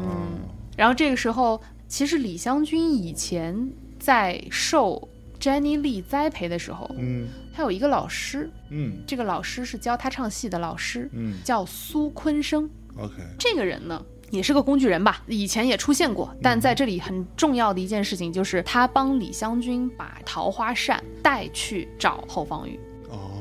S2: 然后这个时候，其实李香君以前在受 Jenny Lee 栽培的时候，
S3: 嗯
S2: 她有一个老师，
S3: 嗯
S2: 这个老师是教她唱戏的老师，
S3: 嗯
S2: 叫苏坤生。
S3: ，OK，
S2: 这个人呢，也是个工具人吧，以前也出现过，但在这里很重要的一件事情就是，他帮李香君把桃花扇带去找侯方域，
S3: 哦，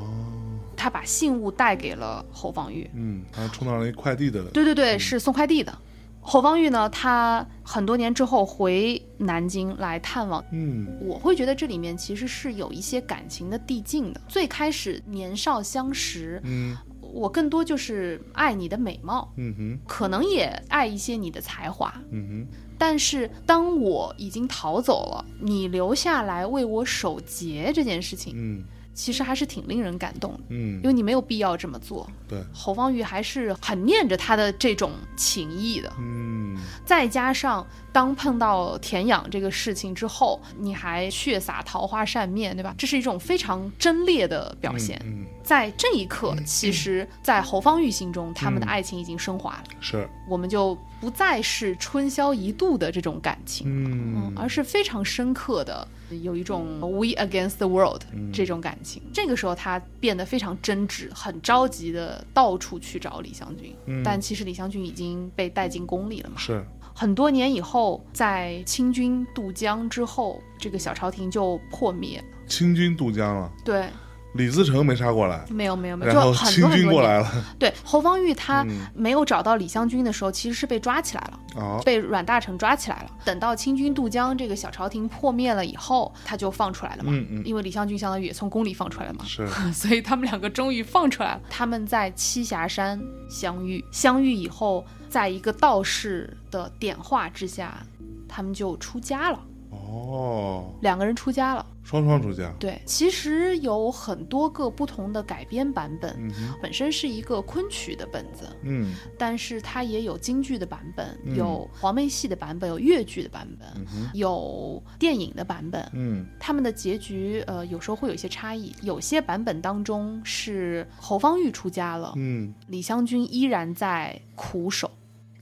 S2: 他把信物带给了侯方域。
S3: 嗯，他充当了一快递的，
S2: 对对对，是送快递的。侯方域呢，他很多年之后回南京来探望，
S3: 嗯
S2: 我会觉得这里面其实是有一些感情的递进的。最开始年少相识，
S3: 嗯
S2: 我更多就是爱你的美貌，
S3: 嗯哼
S2: 可能也爱一些你的才华。
S3: 嗯
S2: 但是当我已经逃走了，你留下来为我守节这件事
S3: 哼
S2: 情，
S3: 嗯
S2: 其实还是挺令人感动的，因
S3: 嗯，
S2: 为你没有必要这么做。
S3: 对，
S2: 侯方域还是很念着他的这种情谊的，
S3: 嗯
S2: 再加上当碰到田养这个事情之后，你还血洒桃花扇面对吧？这是一种非常真烈的表现。
S3: 嗯
S2: 在这一刻，其实，在侯方域心中，他们
S3: 嗯
S2: 的爱情已经升华了，
S3: 是，
S2: 我们就不再是春宵一度的这种感情，
S3: 嗯
S2: 而是非常深刻的，有一种 we against the world
S3: 嗯
S2: 这种感情。这个时候，他变得非常真挚，很着急的到处去找李香君，但其实李香君已经被带进宫里了嘛。
S3: 嗯是，
S2: 很多年以后，在清军渡江之后，这个小朝廷就破灭。
S3: 清军渡江了，
S2: 对，
S3: 李自成没杀过来，
S2: 没有没有没有，
S3: 然后
S2: 就很
S3: 清
S2: 多很
S3: 军
S2: 多
S3: 过
S2: 年。
S3: 来了， 嗯
S2: 对，侯方域他没有找到李香君的时候，其实是被抓起来了，
S3: 哦，
S2: 被阮大铖抓起来了。等到清军渡江，这个小朝廷破灭了以后，他就放出来了嘛。
S3: 嗯嗯
S2: 因为李香君相当于也从宫里放出来了嘛，
S3: 是，
S2: 所以他们两个终于放出来了。他们在栖霞山相遇，相遇以后，在一个道士的点化之下，他们就出家了。
S3: 哦，
S2: 两个人出家了。
S3: 双双出家，
S2: 对，其实有很多个不同的改编版本，
S3: 嗯哼，
S2: 本身是一个昆曲的本子，
S3: 嗯
S2: 但是它也有京剧的版本，有黄梅戏的版本，有越剧的版本，有电影的版本。
S3: 嗯
S2: 他们的结局，呃，有时候会有一些差异。有些版本当中是侯方域出家了，
S3: 嗯
S2: 李香君依然在苦守，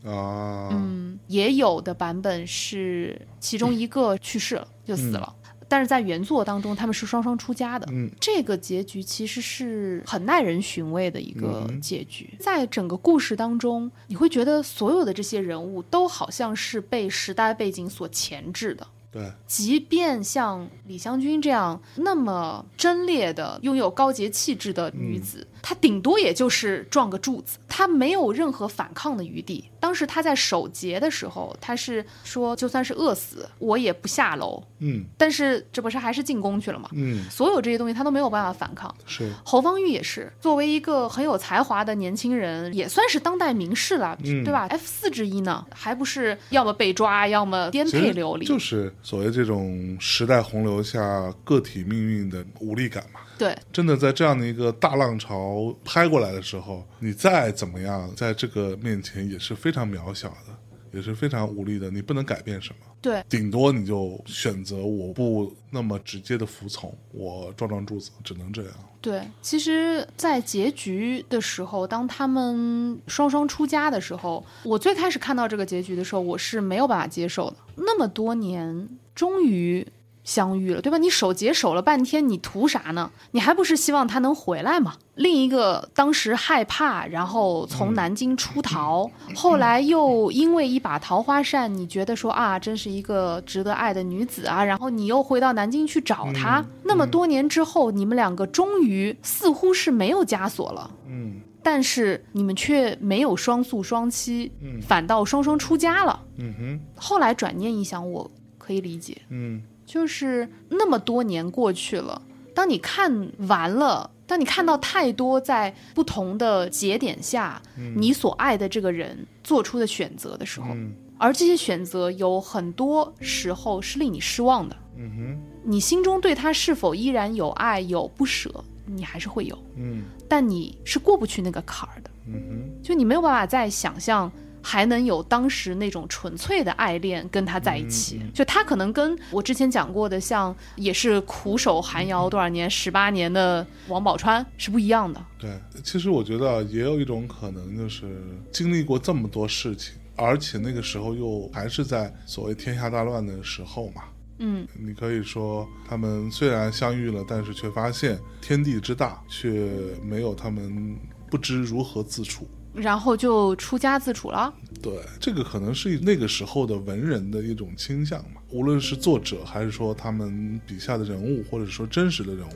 S3: 啊，
S2: 嗯，也有的版本是其中一个去世了，
S3: 嗯
S2: 就死了。但是在原作当中，他们是双双出家的。
S3: 嗯
S2: 这个结局其实是很耐人寻味的一个
S3: 嗯
S2: 结局，在整个故事当中，你会觉得所有的这些人物都好像是被时代背景所钳制的。
S3: 对，
S2: 即便像李香君这样那么贞烈的、拥有高洁气质的女子，
S3: 嗯
S2: 她顶多也就是撞个柱子，她没有任何反抗的余地。当时她在守节的时候，她是说，就算是饿死，我也不下楼。
S3: 嗯
S2: 但是这不是还是进宫去了吗？
S3: 嗯，
S2: 所有这些东西她都没有办法反抗。
S3: 是，
S2: 侯方域也是，作为一个很有才华的年轻人，也算是当代名士了，
S3: 嗯
S2: 对吧？F 四之一呢，还不是要么被抓，要么颠
S3: 其
S2: 沛
S3: 实
S2: 流离？
S3: 就是所谓这种时代洪流下个体命运的无力感嘛。
S2: 对，
S3: 真的在这样的一个大浪潮拍过来的时候，你再怎么样，在这个面前也是非常渺小的，也是非常无力的。你不能改变什么，
S2: 对，
S3: 顶多你就选择我不那么直接的服从，我撞撞柱子，只能这样。
S2: 对，其实，在结局的时候，当他们双双出家的时候，我最开始看到这个结局的时候，我是没有办法接受的。那么多年，终于相遇了，对吧？你守节守了半天，你图啥呢？你还不是希望他能回来嘛？另一个当时害怕，然后
S3: 嗯
S2: 从南京出逃，后来又因为一把桃花扇，你觉得说啊，真是一个值得爱的女子啊，然后你又回到南京去找
S3: 嗯
S2: 她。那么多年之后，你们两个终于似乎是没有枷锁了。
S3: 嗯
S2: 但是你们却没有双宿双栖，
S3: 嗯
S2: 反倒双双出家了。
S3: 嗯哼
S2: 后来转念一想，我可以理解，
S3: 嗯
S2: 就是那么多年过去了，当你看完了，当你看到太多在不同的节点下，你所爱的这个人做出的选择的时候，
S3: 嗯
S2: 而这些选择有很多时候是令你失望的。
S3: 嗯哼
S2: 你心中对他是否依然有爱有不舍，你还是会有，
S3: 嗯
S2: 但你是过不去那个坎儿的。
S3: 嗯哼
S2: 就你没有办法再想象还能有当时那种纯粹的爱恋跟他在一起。就他可能跟我之前讲过的，像也是苦守寒窑多少年、十八年的王宝钏是不一样的。
S3: 对，其实我觉得啊也有一种可能，就是经历过这么多事情，而且那个时候又还是在所谓天下大乱的时候嘛。
S2: 嗯，
S3: 你可以说，他们虽然相遇了，但是却发现天地之大，却没有他们不知如何自处。
S2: 嗯然后就出家自处了。
S3: 对，这个可能是那个时候的文人的一种倾向嘛。无论是作者，还是说他们笔下的人物，或者说真实的人物，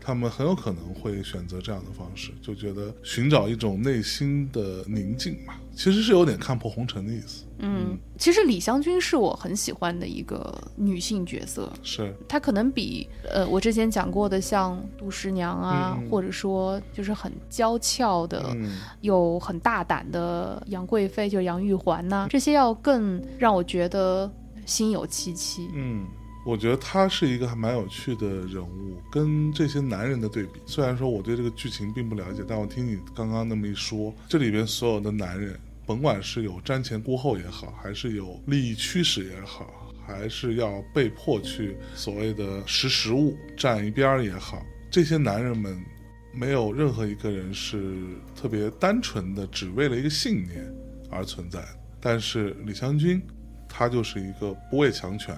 S3: 他们很有可能会选择这样的方式，就觉得寻找一种内心的宁静嘛。其实是有点看破红尘的意思。
S2: 嗯，其实李香君是我很喜欢的一个女性角色，
S3: 是，
S2: 她可能比呃我之前讲过的像杜十娘啊，
S3: 嗯嗯
S2: 或者说就是很娇俏的，
S3: 嗯
S2: 有很大胆的杨贵妃，就是杨玉环呐、这些要更让我觉得心有戚戚。
S3: 嗯，我觉得他是一个还蛮有趣的人物，跟这些男人的对比。虽然说我对这个剧情并不了解，但我听你刚刚那么一说，这里边所有的男人，甭管是有瞻前顾后也好，还是有利益驱使也好，还是要被迫去所谓的识时务、站一边儿也好，这些男人们。没有任何一个人是特别单纯的，只为了一个信念而存在的。但是李香君，她就是一个不畏强权，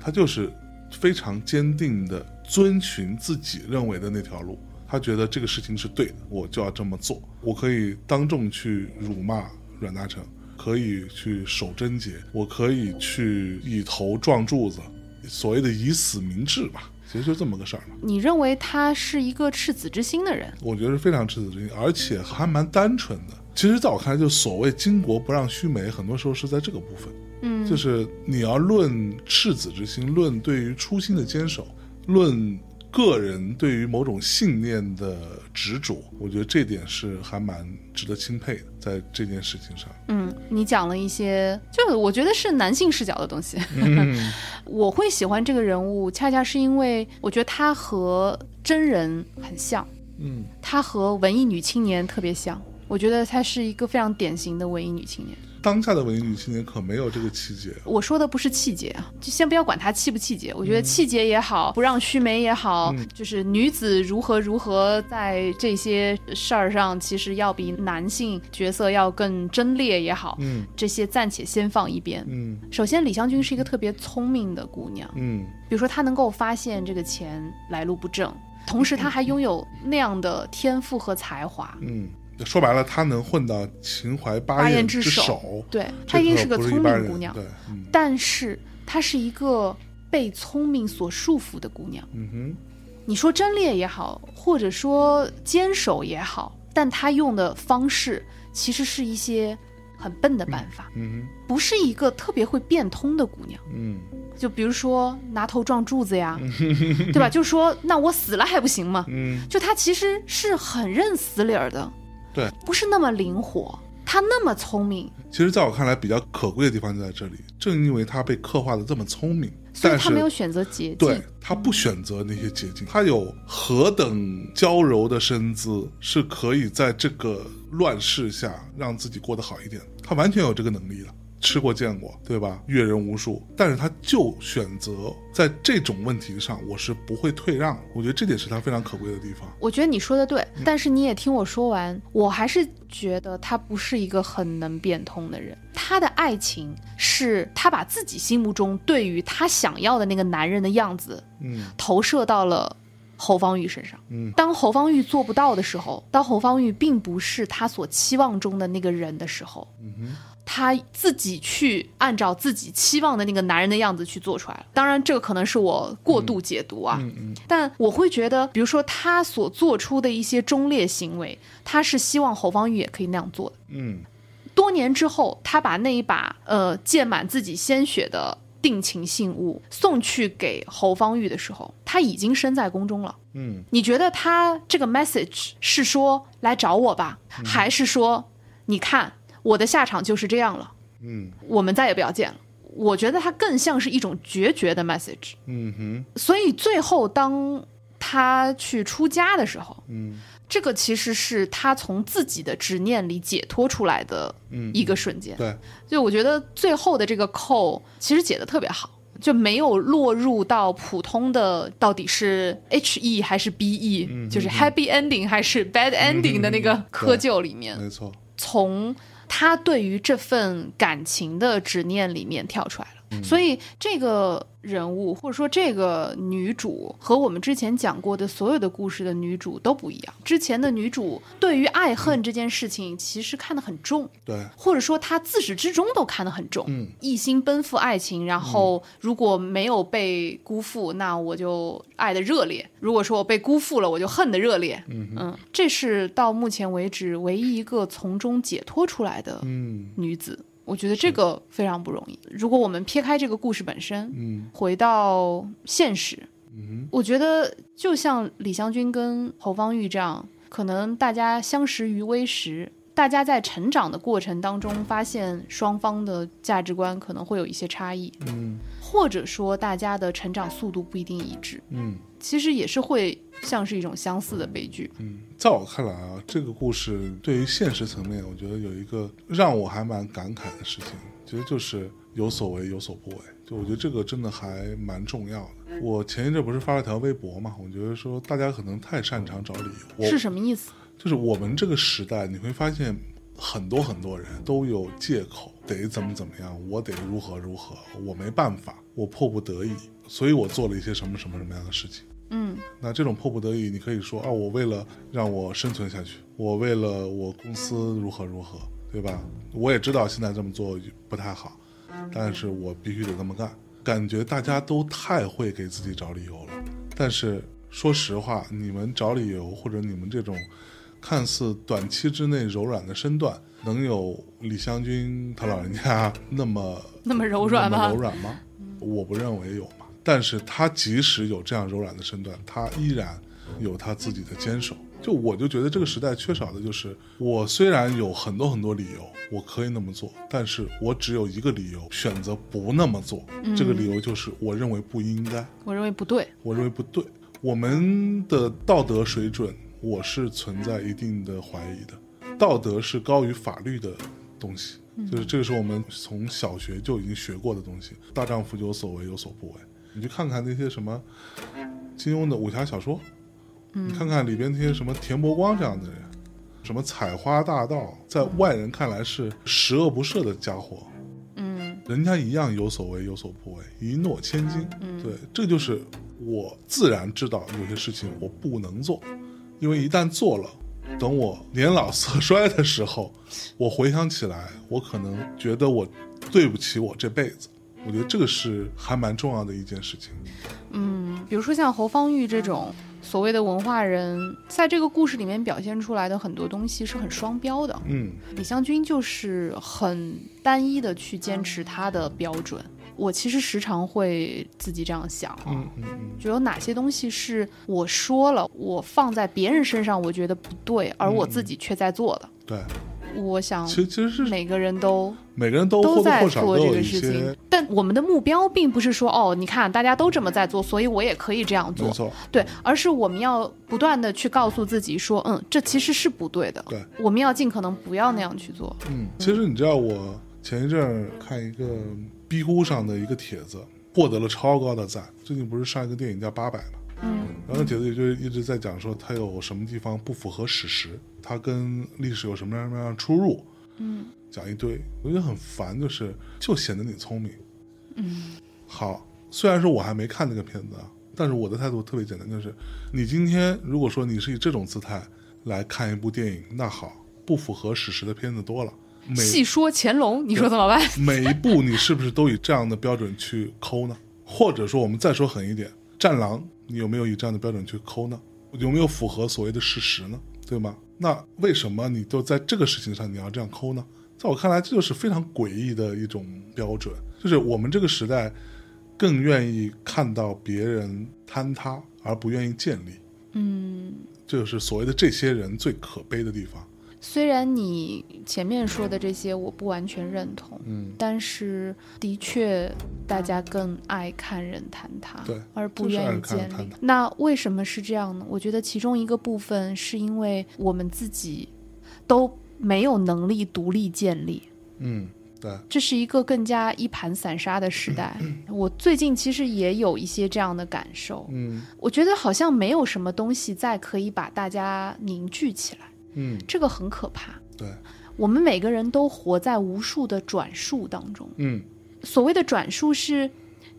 S3: 他就是非常坚定的遵循自己认为的那条路。他觉得这个事情是对的，我就要这么做。我可以当众去辱骂阮大铖，可以去守贞洁，我可以去以头撞柱子，所谓的以死明志吧，其实就这么个事儿嘛。
S2: 你认为她是一个赤子之心的人？
S3: 我觉得是非常赤子之心，而且还蛮单纯的。其实，在我看来，就所谓巾帼不让须眉，很多时候是在这个部分。
S2: 嗯
S3: 就是你要论赤子之心，论对于初心的坚守，论个人对于某种信念的执着，我觉得这点是还蛮值得钦佩的，在这件事情上。
S2: 嗯，你讲了一些，就是我觉得是男性视角的东西。
S3: 嗯
S2: 我会喜欢这个人物，恰恰是因为我觉得她和真人很像，
S3: 嗯
S2: 她和文艺女青年特别像。我觉得她是一个非常典型的文艺女青年。
S3: 当下的文艺女青年可没有这个气节。
S2: 我说的不是气节啊，就先不要管它气不气节。我觉得气节也好，不让须眉也好，
S3: 嗯
S2: 就是女子如何如何在这些事儿上，其实要比男性角色要更贞烈也好，
S3: 嗯
S2: 这些暂且先放一边。
S3: 嗯
S2: 首先，李香君是一个特别聪明的姑娘，
S3: 嗯
S2: 比如说她能够发现这个钱来路不正，同时她还拥有那样的天赋和才华。
S3: 嗯，说白了，她能混到秦淮八
S2: 八
S3: 艳
S2: 艳之
S3: 首，
S2: 首对，
S3: 这
S2: 她一定
S3: 可
S2: 是个
S3: 不
S2: 聪
S3: 一般
S2: 明
S3: 人
S2: 姑娘
S3: 对，，嗯
S2: 但是她是一个被聪明所束缚的姑娘。
S3: 嗯哼，
S2: 你说贞烈也好，或者说坚守也好，但她用的方式其实是一些很笨的办法，
S3: 嗯
S2: 不是一个特别会变通的姑娘。
S3: 哼，嗯
S2: 就比如说拿头撞柱子 呀，对吧？就说那我死了还不行吗？
S3: 嗯，
S2: 就她其实是很认死理儿的，
S3: 对，
S2: 不是那么灵活。她那么聪明，
S3: 其实在我看来，比较可贵的地方就在这里，正因为她被刻画的这么聪明，
S2: 所以
S3: 但
S2: 她
S3: 是
S2: 没有选择捷
S3: 对
S2: 径。
S3: 他不选择那些捷径，他有何等娇柔的身姿，是可以在这个乱世下让自己过得好一点。他完全有这个能力的，吃过见过，对吧？阅人无数，但是他就选择在这种问题上，我是不会退让。我觉得这点是他非常可贵的地方。
S2: 我觉得你说的对，
S3: 嗯
S2: 但是你也听我说完，我还是觉得她不是一个很能变通的人。她的爱情是她把自己心目中对于她想要的那个男人的样子
S3: 嗯
S2: 投射到了侯方域身上。
S3: 嗯
S2: 当侯方域做不到的时候，当侯方域并不是他所期望中的那个人的时候，
S3: 嗯哼，
S2: 他自己去按照自己期望的那个男人的样子去做出来了。当然，这个可能是我过度解读啊，
S3: 嗯嗯
S2: 但我会觉得，比如说他所做出的一些忠烈行为，他是希望侯方域也可以那样做的。
S3: 嗯
S2: 多年之后，他把那一把呃溅满自己鲜血的定情信物送去给侯方域的时候，他已经身在宫中了。
S3: 嗯
S2: 你觉得他这个 message 是说来找我吧，还是说你看我的下场就是这样了，
S3: 嗯
S2: 我们再也不要见了？我觉得他更像是一种决绝的 message。
S3: 嗯哼，
S2: 所以最后当他去出家的时候，
S3: 嗯
S2: 这个其实是他从自己的执念里解脱出来的
S3: 嗯，
S2: 一个瞬间。
S3: 对，
S2: 所以我觉得最后的这个扣其实解的特别好。就没有落入到普通的到底是 H E 还是 B E，、就是
S3: 嗯
S2: Happy Ending 还是 Bad Ending 的那个窠臼里面，
S3: 没错，
S2: 从他对于这份感情的执念里面跳出来了。所以这个人物或者说这个女主和我们之前讲过的所有的故事的女主都不一样。之前的女主对于爱恨这件事情其实看得很重，
S3: 对，
S2: 或者说她自始至终都看得很重，
S3: 嗯
S2: 一心奔赴爱情，然后如果没有被辜负，那我就爱的热烈；如果说我被辜负了，我就恨的热烈。嗯这是到目前为止唯一一个从中解脱出来的
S3: 嗯
S2: 女子，我觉得这个非常不容易。如果我们撇开这个故事本身，
S3: 嗯
S2: 回到现实，
S3: 嗯
S2: 我觉得就像李香君跟侯方域这样，可能大家相识于微时，大家在成长的过程当中，发现双方的价值观可能会有一些差异，
S3: 嗯
S2: 或者说大家的成长速度不一定一致，
S3: 嗯。
S2: 其实也是会像是一种相似的悲剧。
S3: 嗯在我看来啊，这个故事对于现实层面，我觉得有一个让我还蛮感慨的事情，其实就是有所为有所不为。就我觉得这个真的还蛮重要的。我前一阵不是发了条微博嘛，我觉得说大家可能太擅长找理由，我
S2: 是什么意思？
S3: 就是我们这个时代，你会发现很多很多人都有借口，得怎么怎么样，我得如何如何，我没办法，我迫不得已，所以我做了一些什么什么什么样的事情。
S2: 嗯
S3: 那这种迫不得已，你可以说啊，我为了让我生存下去，我为了我公司如何如何，对吧？我也知道现在这么做不太好，但是我必须得这么干。感觉大家都太会给自己找理由了，但是说实话，你们找理由或者你们这种看似短期之内柔软的身段，能有李香君她老人家那么
S2: 那么柔软吗
S3: 那么柔软吗？我不认为有嘛。但是他即使有这样柔软的身段，他依然有他自己的坚守。就我就觉得这个时代缺少的就是，我虽然有很多很多理由我可以那么做，但是我只有一个理由选择不那么做，
S2: 嗯
S3: 这个理由就是我认为不应该。
S2: 我认为不对。
S3: 我认为不对。我们的道德水准，我是存在一定的怀疑的。道德是高于法律的东西，就是这个是我们从小学就已经学过的东西。大丈夫有所为，有所不为。你去看看那些什么金庸的武侠小说，你看看里边那些什么田伯光这样的人，什么采花大盗，在外人看来是十恶不赦的家伙，
S2: 嗯
S3: 人家一样有所为，有所不为，一诺千金。
S2: 嗯
S3: 对，这就是我自然知道有些事情我不能做，因为一旦做了，等我年老色衰的时候，我回想起来，我可能觉得我对不起我这辈子。我觉得这个是还蛮重要的一件事情。
S2: 嗯，比如说像侯方域这种所谓的文化人，在这个故事里面表现出来的很多东西是很双标的。
S3: 嗯
S2: 李香君就是很单一的去坚持她的标准。我其实时常会自己这样想啊，
S3: 嗯嗯嗯，
S2: 就有哪些东西是我说了，我放在别人身上我觉得不对，而我自己却在做的。
S3: 对，
S2: 我想
S3: 其实其实是
S2: 每个人都
S3: 每个人都或
S2: 都
S3: 多
S2: 在
S3: 或少
S2: 做
S3: 都
S2: 这
S3: 有
S2: 个
S3: 一
S2: 事情
S3: 些，
S2: 但我们的目标并不是说哦，你看大家都这么在做，所以我也可以这样
S3: 没
S2: 做，
S3: 错，
S2: 对，而是我们要不断的去告诉自己说，嗯，这其实是不对的，
S3: 对
S2: 我们要尽可能不要那样去做。
S3: 嗯，其实你知道，我前一阵儿看一个 B 乎上的一个帖子，获得了超高的赞。最近不是上一个电影叫《八佰》嘛，
S2: 嗯，
S3: 然后那帖子也就是一直在讲说它有什么地方不符合史实，它跟历史有什么样什么样的出入，
S2: 嗯，
S3: 讲一堆，我觉得很烦，就是就显得你聪明，嗯，好，虽然说我还没看那个片子啊，但是我的态度特别简单，就是你今天如果说你是以这种姿态来看一部电影，那好，不符合史实的片子多了。每
S2: 细说乾隆，你说怎么办？
S3: 每一步你是不是都以这样的标准去抠呢？或者说，我们再说狠一点，《战狼》你有没有以这样的标准去抠呢？有没有符合所谓的事实呢？对吗？那为什么你都在这个事情上你要这样抠呢？在我看来，这就是非常诡异的一种标准，就是我们这个时代更愿意看到别人坍塌，而不愿意建立。
S2: 嗯，
S3: 这就是所谓的这些人最可悲的地方。
S2: 虽然你前面说的这些我不完全认同，
S3: 嗯，
S2: 但是的确，大家更爱看人坍塌，
S3: 对
S2: 而不
S3: 就是
S2: 愿
S3: 爱
S2: 意
S3: 看
S2: 建
S3: 人
S2: 立
S3: 坍塌。
S2: 那为什么是这样呢？我觉得其中一个部分是因为我们自己都没有能力独立建立。
S3: 嗯，对，
S2: 这是一个更加一盘散沙的时代。我最近其实也有一些这样的感受，
S3: 嗯
S2: 我觉得好像没有什么东西再可以把大家凝聚起来，
S3: 嗯，
S2: 这个很可怕。
S3: 对，
S2: 我们每个人都活在无数的转述当中，
S3: 嗯
S2: 所谓的转述是，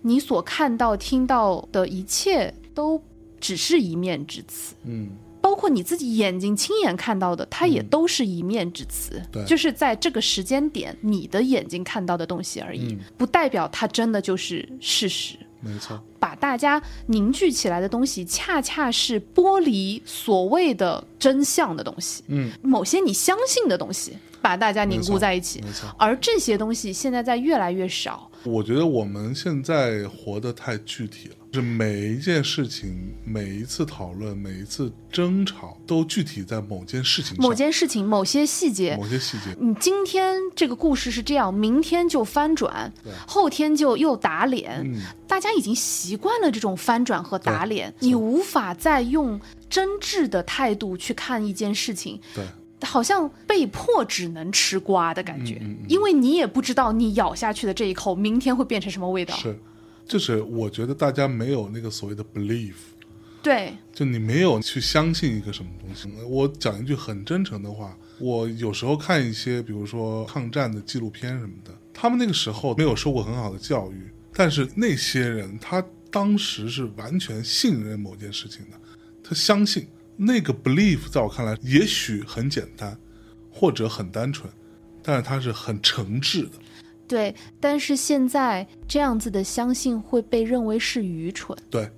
S2: 你所看到、听到的一切都只是一面之词，
S3: 嗯，
S2: 包括你自己眼睛亲眼看到的，它也都是一面之词。
S3: 对
S2: 就是在这个时间点，你的眼睛看到的东西而已，
S3: 嗯
S2: 不代表它真的就是事实。
S3: 没错。
S2: 把大家凝聚起来的东西，恰恰是剥离所谓的真相的东西，
S3: 嗯，
S2: 某些你相信的东西，把大家凝
S3: 没
S2: 固
S3: 错
S2: 在一起
S3: 没错。
S2: 而这些东西现在在越来越少，
S3: 嗯我觉得我们现在活得太具体了，就是每一件事情、每一次讨论、每一次争吵都具体在某件事情上、
S2: 某件事情、某些细节。
S3: 某些细节。
S2: 你嗯今天这个故事是这样，明天就翻转
S3: 对，
S2: 后天就又打脸，
S3: 嗯，
S2: 大家已经习惯了这种翻转和打脸，你无法再用真挚的态度去看一件事情，
S3: 对，
S2: 好像被迫只能吃瓜的感觉，
S3: 嗯嗯嗯
S2: 因为你也不知道你咬下去的这一口，明天会变成什么味道。
S3: 是，就是我觉得大家没有那个所谓的 belief，
S2: 对，
S3: 就你没有去相信一个什么东西。我讲一句很真诚的话，我有时候看一些，比如说抗战的纪录片什么的，他们那个时候没有受过很好的教育，但是那些人他当时是完全信任某件事情的，他相信那个 belief，在我看来，也许很简单，或者很单纯，但是他是很诚挚的。
S2: 对，但是现在这样子的相信会被认为是愚蠢。
S3: 对，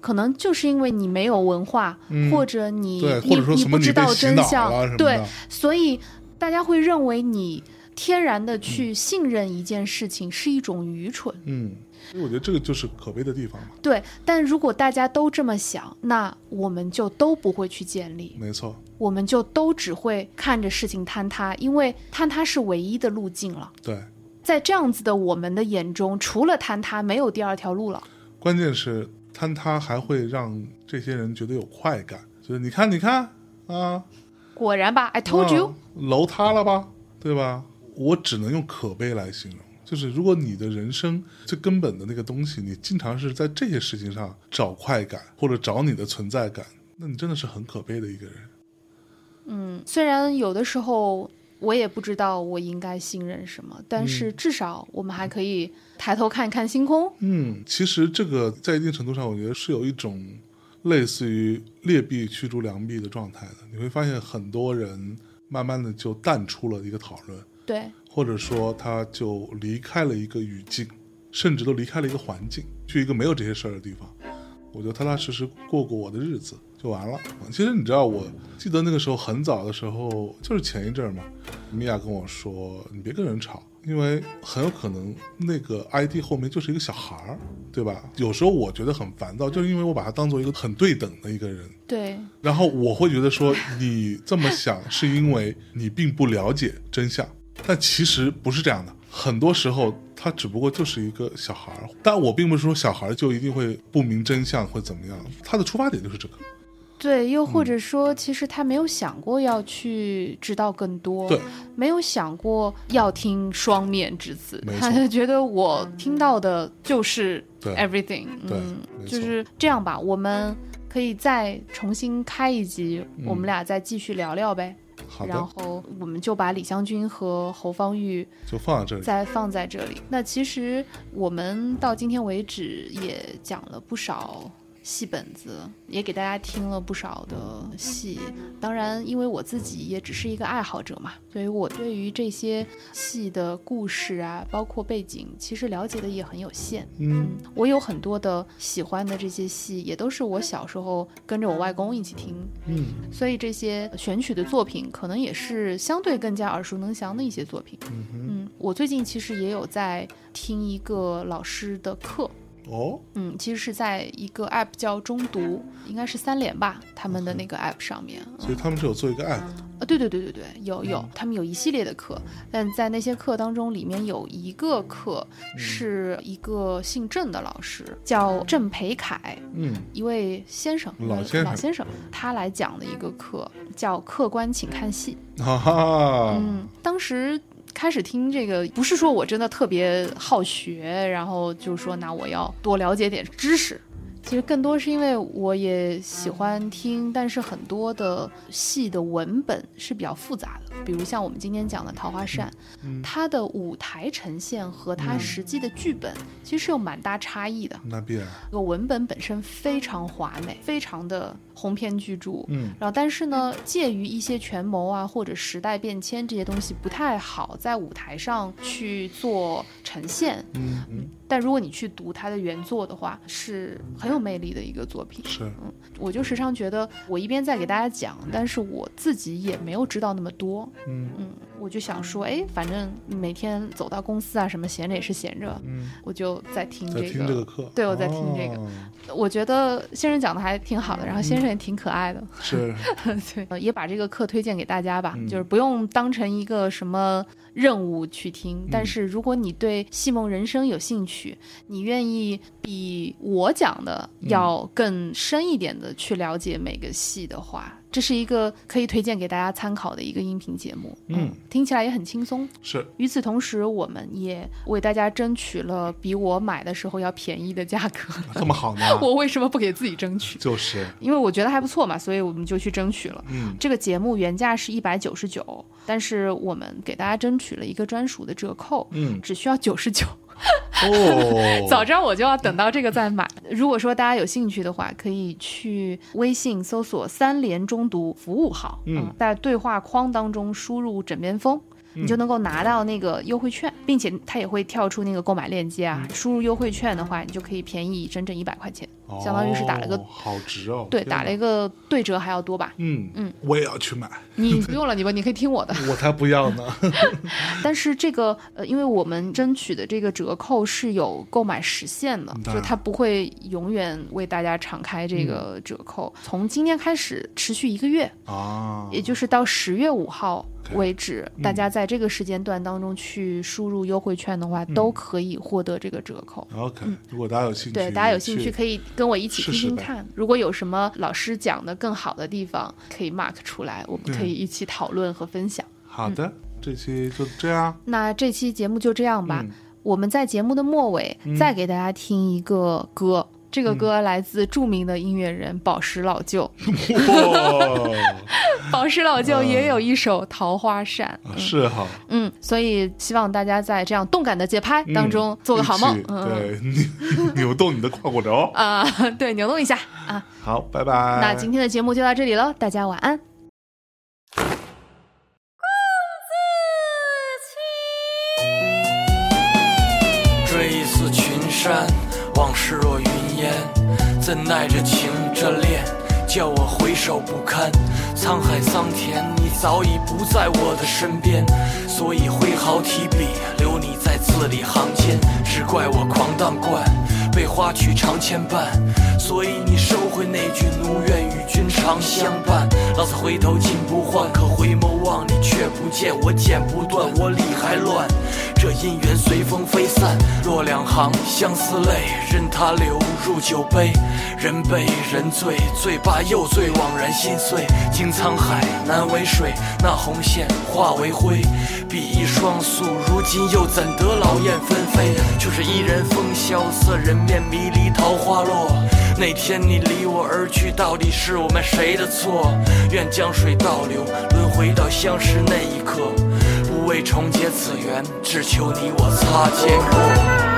S2: 可能就是因为你没有文化，
S3: 嗯
S2: 或者你
S3: 对
S2: 你
S3: 或者说
S2: 你
S3: 什么
S2: 不
S3: 你
S2: 知
S3: 被
S2: 道
S3: 洗
S2: 真
S3: 脑啊了什
S2: 相，
S3: 么
S2: 对
S3: 的，
S2: 所以大家会认为你天然的去信任一件事情是一种愚蠢。
S3: 嗯，所以我觉得这个就是可悲的地方嘛。
S2: 对，但如果大家都这么想，那我们就都不会去建立，
S3: 没错，
S2: 我们就都只会看着事情坍塌，因为坍塌是唯一的路径了。
S3: 对。
S2: 在这样子的我们的眼中，除了坍塌，没有第二条路了。
S3: 关键是坍塌还会让这些人觉得有快感，就是你看，你看啊
S2: 果然吧，I told you，、
S3: 啊楼塌了吧，对吧？我只能用可悲来形容。就是如果你的人生最根本的那个东西，你经常是在这些事情上找快感或者找你的存在感，那你真的是很可悲的一个人。
S2: 嗯，虽然有的时候我也不知道我应该信任什么，但是至少我们还可以抬头看一看星空。
S3: 嗯，其实这个在一定程度上，我觉得是有一种类似于劣币驱逐良币的状态的。你会发现很多人慢慢的就淡出了一个讨论，
S2: 对，
S3: 或者说他就离开了一个语境，甚至都离开了一个环境，去一个没有这些事儿的地方。我就踏踏实实过过我的日子就完了。其实你知道，我记得那个时候很早的时候，就是前一阵儿嘛，米娅跟我说：“你别跟人吵，因为很有可能那个 ID 后面就是一个小孩儿，对吧？”有时候我觉得很烦躁，就是因为我把他当做一个很对等的一个人，
S2: 对，
S3: 然后我会觉得说你这么想是因为你并不了解真相，但其实不是这样的。很多时候他只不过就是一个小孩儿，但我并不是说小孩儿就一定会不明真相会怎么样，他的出发点就是这个。
S2: 对，又
S3: 嗯
S2: 或者说，其实他没有想过要去知道更多，
S3: 对，
S2: 没有想过要听双面之词
S3: 没，
S2: 他
S3: 错
S2: 就觉得我听到的就是
S3: 对
S2: everything，
S3: 对
S2: 嗯，
S3: 没错
S2: 就是这样吧，我们可以再重新开一集，我们俩再继续聊聊呗，
S3: 嗯好
S2: 然
S3: 的，
S2: 后我们就把李香君和侯方域
S3: 就放在这里。
S2: 再放在这里。那其实我们到今天为止也讲了不少戏本子，也给大家听了不少的戏。当然，因为我自己也只是一个爱好者嘛，所以我对于这些戏的故事啊，包括背景，其实了解的也很有限。
S3: 嗯，
S2: 我有很多的喜欢的这些戏，也都是我小时候跟着我外公一起听
S3: 嗯
S2: 所以这些选取的作品，可能也是相对更加耳熟能详的一些作品。
S3: 嗯哼，
S2: 嗯，我最近其实也有在听一个老师的课，
S3: 哦，
S2: 嗯，其实是在一个 app 叫中读，应该是三联吧，他们的
S3: 嗯
S2: 那个 app 上面。
S3: 所以他们是有做一个 app 的。
S2: 啊，对对对对对，有
S3: 嗯
S2: 有，他们有一系列的课，但在那些课当中，里面有一个课
S3: 嗯
S2: 是一个姓郑的老师，叫郑培凯，
S3: 嗯
S2: 一位先生，
S3: 老
S2: 嗯
S3: 先生
S2: 老先生，他来讲的一个课叫《客观请看戏》。
S3: 哈哈，
S2: 嗯，当时开始听这个，不是说我真的特别好学，然后就说那我要多了解点知识。其实更多是因为我也喜欢听，但是很多的戏的文本是比较复杂的，比如像我们今天讲的《桃花扇》
S3: 嗯
S2: 它的舞台呈现和它实际的剧本其实是有蛮大差异的。
S3: 那必然。
S2: 这个文本本身非常华美，非常的鸿篇巨著，
S3: 嗯
S2: 然后，但是呢，介于一些权谋啊，或者时代变迁这些东西不太好在舞台上去做呈现。
S3: 嗯嗯，
S2: 但如果你去读它的原作的话，是很有魅力的一个作品。
S3: 是，
S2: 我就时常觉得，我一边在给大家讲，但是我自己也没有知道那么多。
S3: 嗯
S2: 嗯，我就想说，哎，反正每天走到公司啊什么闲着也是闲着，
S3: 嗯，
S2: 我就在听
S3: 在
S2: 这
S3: 听这
S2: 个。
S3: 个课。
S2: 对我在听这个
S3: 哦，
S2: 我觉得先生讲的还挺
S3: 嗯
S2: 好的，然后先生也挺可爱的。
S3: 是，
S2: 对，呃也把这个课推荐给大家吧，
S3: 嗯
S2: 就是不用当成一个什么任务去听，但
S3: 嗯
S2: 是如果你对戏梦人生有兴趣，你愿意比我讲的要更深一点的去了解每个戏的话，这是一个可以推荐给大家参考的一个音频节目，
S3: 嗯
S2: 听起来也很轻松。
S3: 是，
S2: 与此同时，我们也为大家争取了比我买的时候要便宜的价 格。
S3: 这么好呢？
S2: 我为什么不给自己争取？
S3: 就是，
S2: 因为我觉得还不错嘛，所以我们就去争取了。
S3: 嗯
S2: 这个节目原价是一百九十九，但是我们给大家争取了一个专属的折扣，
S3: 嗯，
S2: 只需要九十九。，
S3: 哦
S2: 早知道我就要等到这个再买。如果说大家有兴趣的话，可以去微信搜索“三联中读服务号”，啊
S3: 嗯
S2: 在对话框当中输入“枕边风”。你就能够拿到那个优惠券，并且它也会跳出那个购买链接
S3: 嗯
S2: 啊。输入优惠券的话，你就可以便宜整整一百块钱，相当于是打了个
S3: 哦好值哦，
S2: 对，
S3: 天
S2: 打
S3: 哪
S2: 了一个对折还要多吧？
S3: 嗯
S2: 嗯，
S3: 我也要去买，
S2: 你不用了，你吧，你可以听我的。
S3: 我才不要呢。
S2: 但是这个呃，因为我们争取的这个折扣是有购买时限的，
S3: 嗯当
S2: 就
S3: 然嗯
S2: 它不会永远为大家敞开这个折扣。从今天开始持续一个月，
S3: 啊，
S2: 也就是到十月五号为止，
S3: 嗯
S2: 大家在这个时间段当中去输入优惠券的话，
S3: 嗯
S2: 都可以获得这个折扣。
S3: OK，如果大家有兴趣，
S2: 嗯对，大家有兴趣
S3: 去
S2: 可以跟我一起
S3: 试
S2: 听
S3: 试
S2: 听
S3: 呗
S2: 看。如果有什么老师讲的更好的地方，可以 mark 出来，我们可以一起讨论和分享。
S3: 好的，这期就这样，
S2: 那这期节目就这样吧。
S3: 嗯
S2: 我们在节目的末尾、
S3: 嗯
S2: 再给大家听一个歌，这个歌来自著名的音乐人宝石老舅。
S3: 哇，
S2: 宝石老 舅
S3: 嗯
S2: 也有一首《桃花扇》。
S3: 是哈，
S2: 嗯，所以希望大家在这样动感的节拍当中做个好梦
S3: 嗯一起。
S2: 嗯
S3: 对，扭 扭动你的胯骨轴。
S2: 啊、 对，扭动一下啊。
S3: 好，拜拜。
S2: 那今天的节目就到这里喽，大家晚安。
S4: 追思群山，往事若云烟，怎奈这情这恋，叫我回首不堪。沧海桑田，你早已不在我的身边，所以挥毫提笔，留你在字里行间。只怪我狂荡惯，被花曲常牵绊，所以你收回那句奴愿与君长相伴。老子回头金不换，可回眸望你却不见，我剪不断，我理还乱。这姻缘随风飞散，落两行相思泪，任它流入酒杯。人悲人醉，醉罢又醉，惘然心碎。经沧海难为水，那红线化为灰。比翼双宿，如今又怎得劳燕分飞？就是一人风萧瑟，人面迷离，桃花落。那天你离我而去，到底是我们谁的错？愿江水倒流，轮回到相识那一刻。不为重结此缘，只求你我擦肩过。